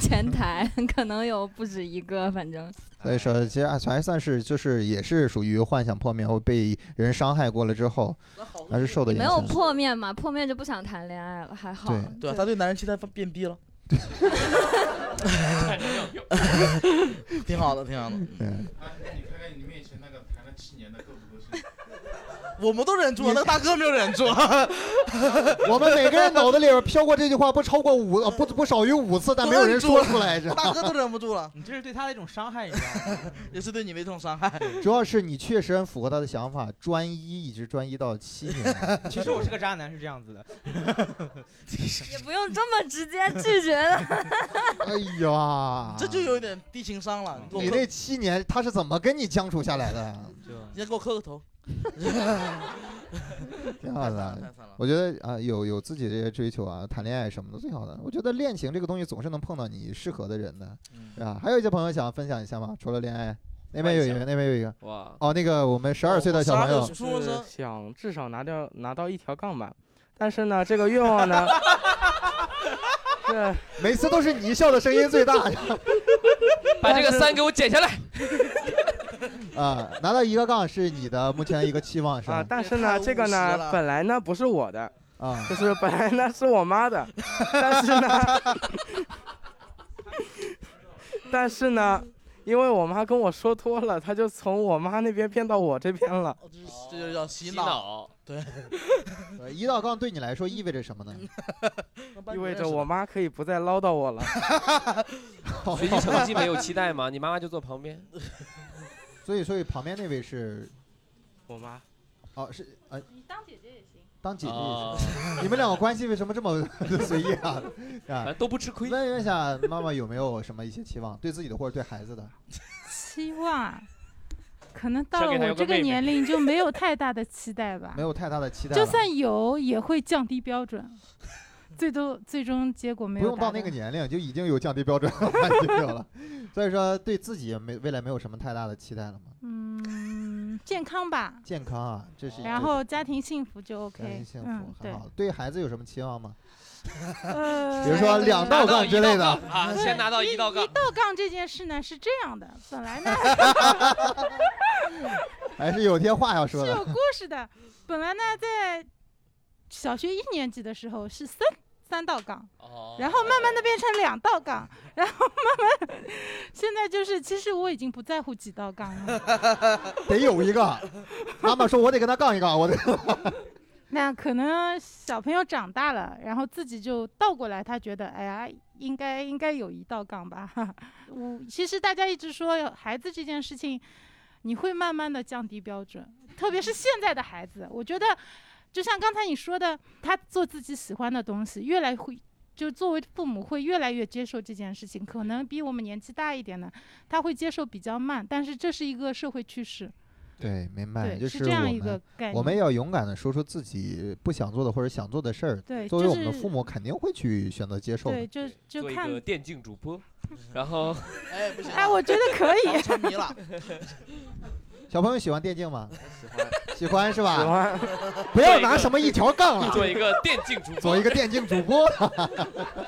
H: 前台， 可能有不止一个，反正
E: 所以说，其实啊还算是就是也是属于幻想破灭后被人伤害过了之后，
D: 那好
E: 还是受的
H: 没
E: 影
H: 有
E: 响。
H: 破灭嘛，破灭就不想谈恋爱了，还好。
E: 对
D: 对啊，他对男人期待放变 低了。 挺好的，挺好的。
E: 嗯，
I: 你看看你面前那个谈了七年的，够不够深？
D: 我们都忍住了，那个大哥没有忍住。
E: 我们每个人脑子里边飘过这句话不超过五，呃不不少于五次，但没有人说出来。这
D: 大哥都忍不住 了，
F: 你这是对他的一种伤害，你知 道吗？
E: 嗯
D: 也是对你的一种伤害。
E: 主要是你确实很符合他的想法，专一一直专一到七 年。
F: 其实我是个渣男，是这样子的。
H: 也不用这么直接拒绝的。
E: 哎呀，
D: 这就有一点低情商了。
E: 啊你
D: 给我
E: 那七年他是怎么跟你相处下来的？
J: 嗯
D: 你先给我磕个头。
E: 挺好
D: 太惨了
E: 的。
D: 太惨了。
E: 我觉得啊、有有自己这些追求啊，谈恋爱什么的最好的。我觉得恋情这个东西总是能碰到你适合的人的，
D: 嗯
E: 是吧？还有一些朋友想分享一下吗？除了恋爱，那边有一个，那边有一个。
A: 哇，
E: 哦，那个我们十二岁的小朋
D: 哦我
E: 友
D: 12，初中
B: 是
D: 生
B: 想至少拿掉拿到一条杠吧，但是呢，这个愿望 呢，是啊
E: 每次都是你笑的声音最大
A: 把这个三给我剪下来。
E: 啊！拿到一个杠是你的目前一个期望是
B: 啊，
E: 吧？
B: 但
D: 这
B: 是
D: 也太
B: 呢，
D: 务
B: 这个
D: 实了
B: 呢，本来呢不是我的，
E: 啊，
B: 就是本来呢是我妈的，但是呢，但是呢，因为我妈跟我说多了，她就从我妈那边变到我这 边了。
D: 哦这是这就叫洗
A: 洗
D: 脑。
A: 脑，
E: 呃一道杠对你来说意味着什么呢？
B: 意味着我妈可以不再唠叨我 了。
A: 学习成绩没有期待吗？你妈妈就坐旁 边，
E: 所以，所以旁边那位是
B: 我妈，
E: 哦，是呃，
C: 你当姐姐也行。
E: 当姐姐也
A: 啊，
E: 是。你们两个关系为什么这么 随意啊？
A: 反
E: 啊，
A: 正都不吃亏。
E: 问一下妈妈有没有什么一些期望，对自己的或者对孩子的？
C: 期望啊，可能到
A: 想给
C: 了
A: 她
C: 我
A: 有个
C: 这个
A: 妹妹
C: 年龄就没有太大的期待吧
E: 没，有太大的期待了，
C: 就算有也会降低标 准，最多最终结果没
E: 不
C: 有
E: 用
C: 达
E: 到
C: 到。
E: 那个年龄就已经有降低标准了， 已经有了。所以说对自己没未来没有什么太大的期待了嘛。
C: 嗯，健康吧，
E: 健康啊，这是一
C: 然
E: 个
C: 后家庭幸福就
E: 家庭
C: OK，
E: 幸
C: 嗯
E: 福，很
C: 对，
E: 好。对孩子有什么期望吗？
C: 呃，
E: 比如说两道杠之类的，
A: 啊，先拿到一道杠
C: 一。道杠这件事呢是这样的，本来呢
E: 还是有些话要 说
C: 是 有
E: 的。
C: 故事的，本来呢在小学一年级的时候是三三道杠，
A: 哦
C: 然后慢慢的变成两道杠，然后慢慢现在就是其实我已经不在乎几道杠了，
E: 得有一个，妈妈说我得跟他杠一杠，我得
C: 那可能小朋友长大了，然后自己就倒过来，他觉得哎呀。应该应该有一道杠吧， 我其实大家一直说孩子这件事情，你会慢慢的降低标准，特别是现在的孩子，我觉得，就像刚才你说的，他做自己喜欢的东西，越来会就作为父母会越来越接受这件事情，可能比我们年纪大一点的，他会接受比较慢，但是这是一个社会趋势，
E: 对，明白，
C: 对，
E: 哎就是是
C: 这样
E: 我
C: 一个
E: 们
C: 概念。
E: 我们要勇敢的说出自己不想做的或者想做的事儿。
C: 对，
E: 作为
C: 就
E: 我们的
C: 是
E: 父母，肯定会去选择接受的
C: 对，。就就
A: 做一
C: 看，
A: 个电竞主 播，然 后
D: 哎，不行了，
C: 哎，我觉得可以，
D: 沉迷 了。
E: 小朋友喜欢电竞吗？
D: 喜欢。
E: 喜欢
A: 啊
E: 是吧？
B: 欢
E: 不要拿什么一条杠了，
A: 做一个电竞主播，
E: 做一个电竞主播。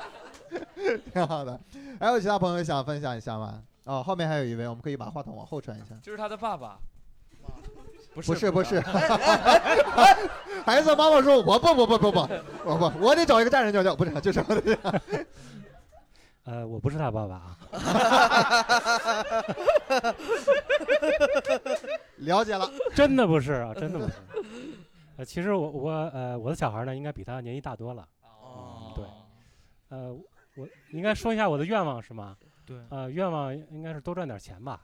E: 挺好的。还有其他朋友想分享一下吗？哦，后面还有一位，我们可以把话筒往后传一下。
A: 就是他的爸爸。不是
E: 不是不是， 孩子妈妈说：“我不不不不 不我不，我得找一个站着尿尿，不是就是我得
J: 呃，我不是他爸爸啊，
E: 了解了。
J: 真的不是啊，真的不是。呃，其实我我 呃我的小孩呢，应该比他年纪大多了。
D: 哦，
J: 对呃，我应该说一下我的愿望是吗？
F: 对
J: 呃，愿望应该是多赚点钱吧。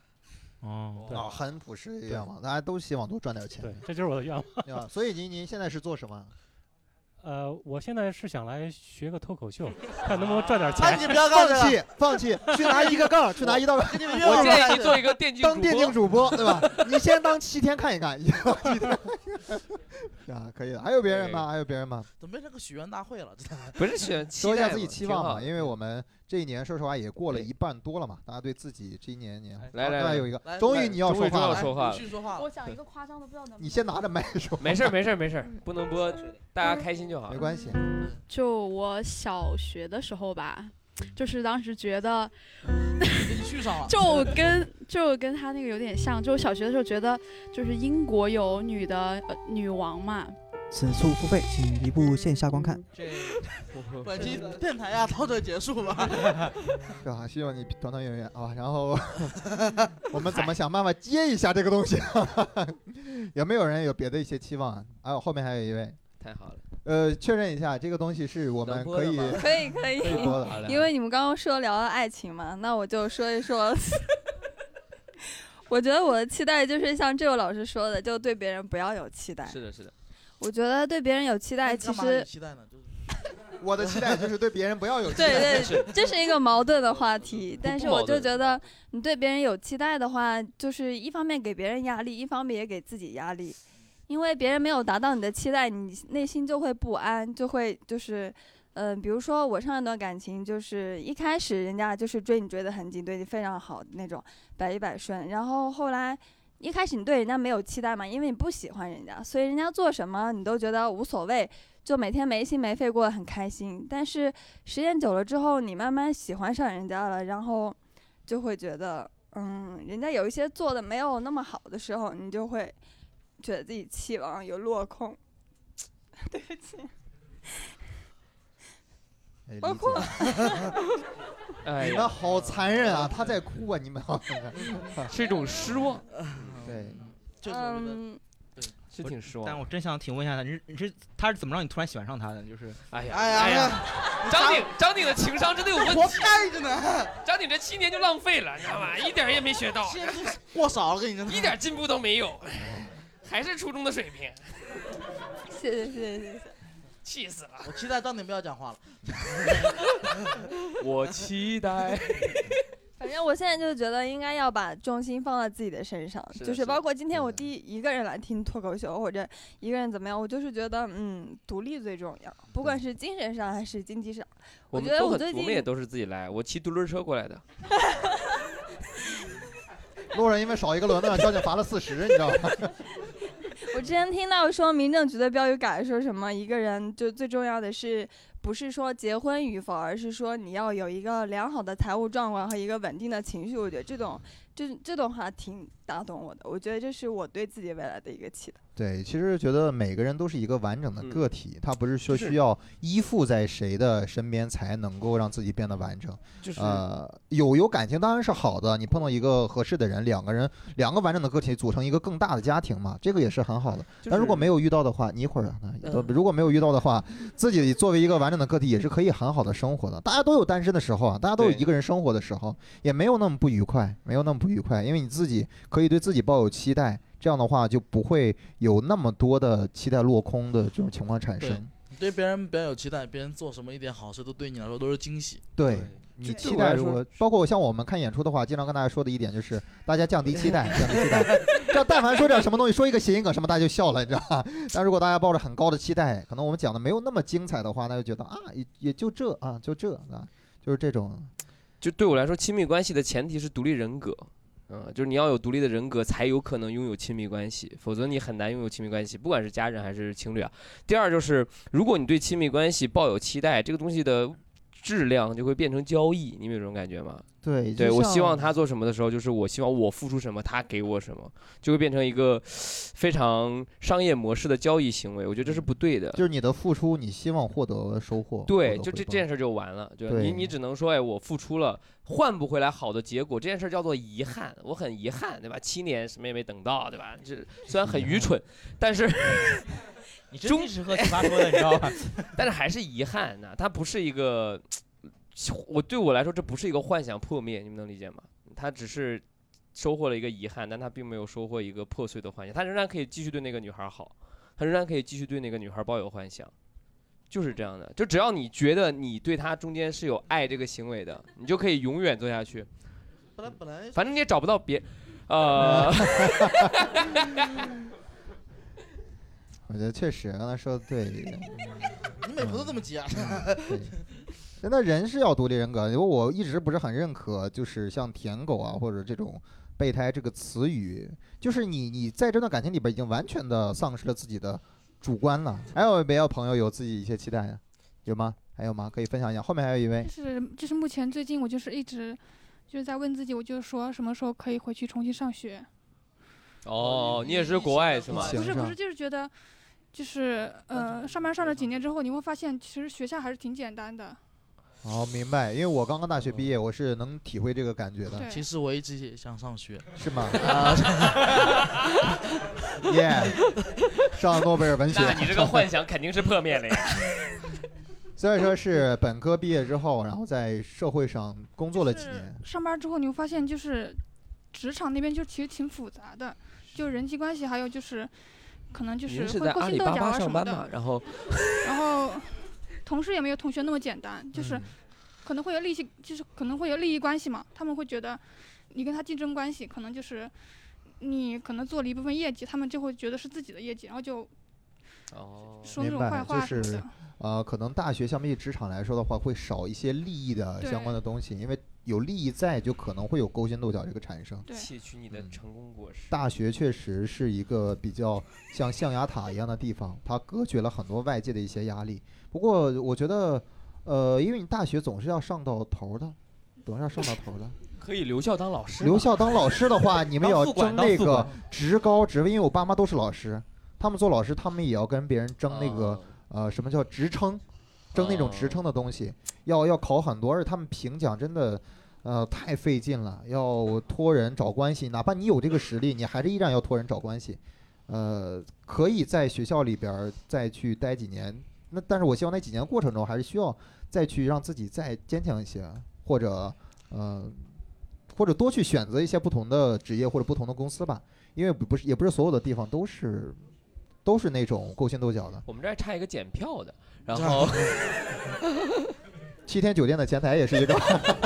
F: 哦
J: 对
E: 啊，很朴实的
J: 对
E: 愿望，大家都希望多赚点钱，
J: 对，这就是我的愿望。
E: 对吧？所以您您现在是做什么？
J: 呃，我现在是想来学个脱口秀，看能不能赚点
D: 哎，
J: 钱。
D: 你不要告
E: 放
D: 诉
E: 弃，放弃，去拿一个杠，去拿一道杠，
D: 跟你们愿
E: 我
D: 望
A: 我
E: 建
A: 建
E: 议
A: 议
E: 你
A: 你做一个电竞
E: 当电竞主播，对吧？你先当七天看一看，以后七天 啊，可以的。还有别人吗？还有别人吗？
D: 怎么变成个许愿大会了？真的
A: 不是选
E: 说
A: 期
E: 一下
A: 待
E: 自己
A: 嘛
E: 期
A: 挺
E: 望
A: 好
E: 吧，
A: 的
E: 因为我们这一年说实话也过了
A: 对
E: 一半多了嘛，大家对自己这一年年
F: 哎，
A: 来
E: 啊
A: 来
E: 对
A: 来
E: 有一个
D: 来，
E: 终于
D: 来
E: 你要
A: 终
E: 说
A: 于终于
E: 话
A: 要
E: 了，
A: 说话
D: 鲁
A: 了，
D: 迅说话
E: 想一
G: 个夸张的，不知道能
E: 你先拿着麦说，
A: 没事儿没事儿没事儿，
C: 嗯
A: 不能播，大家开心就好
E: 没。关系。
H: 就我小学的时候吧，就是当时觉得
D: 给你续上了。
H: 就跟就跟他那个有点像，就我小学的时候觉得，就是英国有女的、呃、女王嘛，
K: 此处付费，请移步线下观 看。
F: 这
D: 本期电台呀，到这结束吧。
E: 对啊，希望你团团圆圆啊。然 后我们怎么想办法接一下这个东西？ 有没有人有别的一些期望啊？还有后面还有一位，
A: 太好了，
E: 呃，确认一下，这个东西是我们
A: 能播的
E: 可以
A: 吗
H: 可以可 以
E: 可以播的。
A: 好嘞，
K: 因为你们刚刚说聊了爱情嘛，那我就说一说。 我觉得我的期待就是像这位 老师说的，就对别人不要有期待。
A: 是的，是的，
K: 我觉得对别人有期待，其
D: 干嘛还有
K: 实
D: 期待呢，就是
E: 我的期待就是对别人不要有期待。
K: 对
A: 是
K: 呃对，这是一个矛盾的话题。但是
A: 不嗯矛
K: 我就
A: 盾
K: 觉得你对别人有期待的话，就是一方面给别人压力，一方面也给自己压力，因为别人没有达到你的期待，你内心就会不安，就会就是。嗯、比如说我上一段感情，就是一开始人家就是追你追得很紧，对你非常好那种，百依百顺。然后后来一开始你对人家没有期待嘛，因为你不喜欢人家，所以人家做什么你都觉得无所谓，就每天没心没肺过得很开心。但是时间久了之后，你慢慢喜欢上人家了，然后就会觉得，嗯，人家有一些做的没有那么好的时候，你就会觉得自己期望有落空。对不起，
E: 哎理
K: 包括
E: 解
A: 哎
E: 你
A: 呀，
E: 们好残忍啊！他在哭啊，你们好 残忍。
A: 是一种失望，
E: 对，
A: 嗯
D: 就是我觉得
K: 嗯，
A: 是挺失
F: 但
A: 望。
F: 我真想挺问一下他，你是你是他是怎么让你突然喜欢上他的？就是
A: 哎呀，
D: 哎呀
A: 哎呀，张鼎，张鼎的情商真的有问
D: 活
A: 题，
D: 该着呢，
A: 张鼎这七年就浪费了，你知道吗？一点儿也没学到，
D: 现在都过少了，跟你真的
A: 一点进步都没有，还是初中的水平，
K: 谢谢谢谢谢谢。
A: 气死了！
D: 我期待张鼎不要讲话了。
A: 我期待，
K: 反正我现在就觉得应该要把重心放在自己的身上，
A: 是的嗯
K: 就是是包括今天我
E: 对的
K: 第一个人来听脱口秀或者一个人怎么样，我就是觉得嗯，独立最重要，不
A: 嗯
K: 管是精神上还是经济上。我
A: 们
K: 觉得
A: 都
K: 我
A: 很，
K: 最
A: 我们
K: 近
A: 也都是自己来，我骑独轮车过来的。
E: 路人因为少一个轮子让交警罚了四十，你知道吗？
K: 我之前听到说民政局的标语改说什么，一个人就最重要的是不是说结婚与否，而是说你要有一个良好的财务状况和一个稳定的情绪。我觉得这种这这种话挺打动我的，我觉得这是我对自己未来的一个期待。
E: 对，其实觉得每个人都是一个完整的
A: 嗯
E: 个体，他不是说
A: 是
E: 需要依附在谁的身边才能够让自己变得完整。
A: 就是
E: 呃，有有感情当然是好的，你碰到一个合适的人，两个人两个完整的个体组成一个更大的家庭嘛，这个也是很好的。但如果没有遇到的话，你一会儿啊，那
A: 嗯
E: 如果没有遇到的话，自己作为一个完整的个体也是可以很好的生活的。大家都有单身的时候啊，大家都有
A: 对
E: 一个人生活的时候，也没有那么不愉快，没有那么不愉快，因为你自己可以对自己抱有期待，这样的话就不会有那么多的期待落空的这种情况产
D: 对
E: 生。
D: 你对别人比较有期待，别人做什么一点好事都对你来说都是惊喜。
E: 对。
A: 就
E: 你
A: 对
E: 期
A: 我
E: 待
A: 来
E: 如
A: 说
E: 何？包括像我们看演出的话，经常跟大家说的一点就是，大家降低期待，降低期 待。这但凡说点什么东西，说一个谐音梗什么，大家就笑了，你知道吧？但如果大家抱着很高的期待，可能我们讲的没有那么精彩的话，那就觉得啊，也也就这啊，就这啊，就是这种。
A: 就对我来说，亲密关系的前提是独立人格，嗯、就是你要有独立的人格，才有可能拥有亲密关系，否则你很难拥有亲密关系，不管是家人还是情侣啊。第二就是，如果你对亲密关系抱有期待，这个东西的质量就会变成交易，你们有这种感觉吗？
E: 对，
A: 对
E: 就
A: 我希
E: 像
A: 望他做什么的时候，就是我希望我付出什么，他给我什么，就会变成一个非常商业模式的交易行为，我觉得这是不对的。
E: 就是你的付出，你希望获得收获。获
A: 对，
E: 得
A: 就
E: 回
A: 这这
E: 报
A: 件事就完了，就你
E: 对
A: 你只能说，哎，我付出了，换不回来好的结果，这件事叫做遗憾，我很遗憾，对吧？七年什么也没等到，对吧？这虽然很
E: 啊
A: 愚蠢，但是
F: 你
A: 真中
F: 适合奇葩说的，你知道吧？
A: 但是还是遗憾呐、它不是一个，我对我来说这不是一个幻想破灭，你们能理解吗？它只是收获了一个遗憾，但他并没有收获一个破碎的幻想，他仍然可以继续对那个女孩好，他仍然可以继续对那个女孩抱有幻想，就是这样的。就只要你觉得你对他中间是有爱这个行为的，你就可以永远做下去。
D: 本来本来
A: 反正你也找不到别， 呃，
E: 我觉得确实刚才说的对。
D: 你每回都这么急啊？
E: 真的人是要独立人格，因为我一直不是很认可，就是像舔狗啊或者这种备胎这个词语，就是你你在这段感情里边已经完全的丧失了自己的主观了。还有没有朋友有自己一些期待啊？有吗？还有吗？可以分享一下。后面还有一位
L: 就，是就是目前最近我就是一直就是在问自己，我就说什么时候可以回去重新上学？
A: 哦，你也是国外 是吗？
L: 不是不是，就是觉得就是呃，上班上了几年之后，你会发现其实学校还是挺简单的。
E: 哦，明白，因为我刚刚大学毕业，我是能体会这个感觉的。
D: 其实我一直也想上学，
E: 是吗？
D: 啊，
E: 耶、 上诺贝尔文学。
A: 那你这个幻想肯定是破灭了呀。
E: 虽然说是本科毕业之后，然后在社会上工作了几年，
L: 上班之后，你会发现就是职场那边就其实挺复杂的，就人际关系，还有就是可能 就是
A: 您是
L: 会
A: 在
L: 勾
A: 阿
L: 心
A: 里
L: 斗
A: 巴
L: 角
A: 巴
L: 啊什
A: 上
L: 么
A: 班
L: 的
A: 嘛，。然后
L: 然后同事也没有同学那么简单，
A: 嗯
E: 嗯
L: 就是可能会有利益，就是可能会有利益关系嘛，他们会觉得你跟他竞争关系，可能就是你可能做了一部分业绩，他们就会觉得是自己的业绩，然后就
A: 哦
L: 说那
E: 明
L: 种坏
E: 白就
L: 话什么
E: 是
L: 的。
E: 呃，可能大学相比于职场来说的话，会少一些利益的相关的东西，因为有利益在，就可能会有勾心斗角这个产生。
A: 窃取你的成功果实。
E: 大学确实是一个比较像象牙塔一样的地方，它隔绝了很多外界的一些压力。不过我觉得，呃，因为你大学总是要上到头的，总是要上到头 的。
A: 可以留校当老师吗，
E: 留校当老师的话， 你们也
A: 当
E: 要
A: 副管
E: 争那
A: 当副
E: 个
A: 管
E: 职高职位，因为我爸妈都是老师，他们做老师，他们也要跟别人争
A: 啊
E: 那个、呃什么叫职称，争那种职称的东西，要要考很多，而且他们评奖真的。呃，太费劲了，要托人找关系，哪怕你有这个实力，你还是依然要托人找关系。呃，可以在学校里边儿再去待几年，那但是我希望那几年过程中，还是需要再去让自己再坚强一些，或者呃，或者多去选择一些不同的职业或者不同的公司吧，因为不不是也不是所有的地方都是都是那种勾心斗角的。
A: 我们这儿还差一个检票的，然后
E: 七天酒店的前台也是一个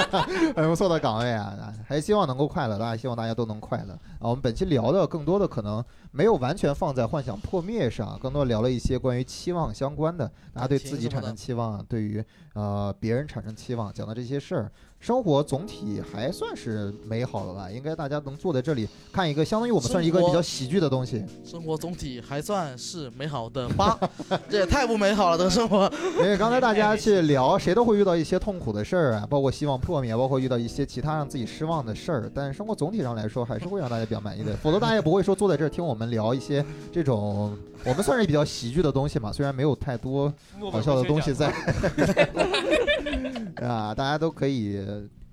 E: 很不错的岗位啊，还希望能够快乐，大家希望大家都能快乐啊。我们本期聊的更多的可能没有完全放在幻想破灭上，更多聊了一些关于期望相关的，大家对自己产生期望啊，对于呃别人产生期望，讲到这些事儿，生活总体还算是美好的吧，应该大家能坐在这里看一个，相当于我们算是一个
D: 生活
E: 比较喜剧的东西。
D: 生活总体还算是美好的吧，这也太不美好了，这个生活。
E: 因为刚才大家去聊，谁都会遇到一些痛苦的事儿啊，包括希望破灭，包括遇到一些其他让自己失望的事儿。但生活总体上来说，还是会让大家比较满意的，否则大家也不会说坐在这儿听我们聊一些这种我们算是比较喜剧的东西嘛，虽然没有太多好笑的东西在。 啊，大家都可以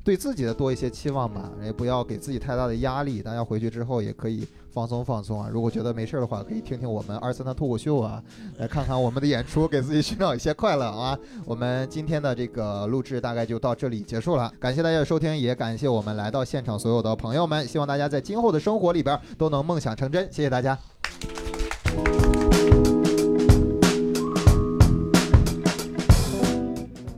E: 对自己的多一些期望吧，也不要给自己太大的压力。大家回去之后也可以放松放松啊。如果觉得没事儿的话，可以听听我们二三的脱口秀啊，来看看我们的演出，给自己寻找一些快乐啊。我们今天的这个录制大概就到这里结束了，感谢大家的收听，也感谢我们来到现场所有的朋友们。希望大家在今后的生活里边儿都能梦想成真，谢谢大家。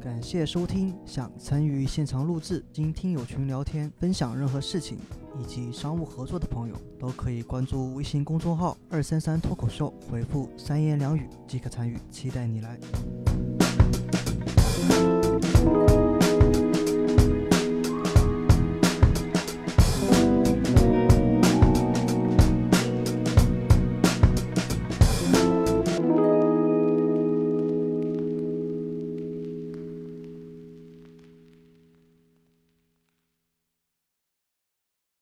M: 感谢收听。想参与现场录制、经听友群聊天、分享任何事情以及商务合作的朋友，都可以关注微信公众号“二三三脱口秀”，回复“三言两语”即可参与，期待你来。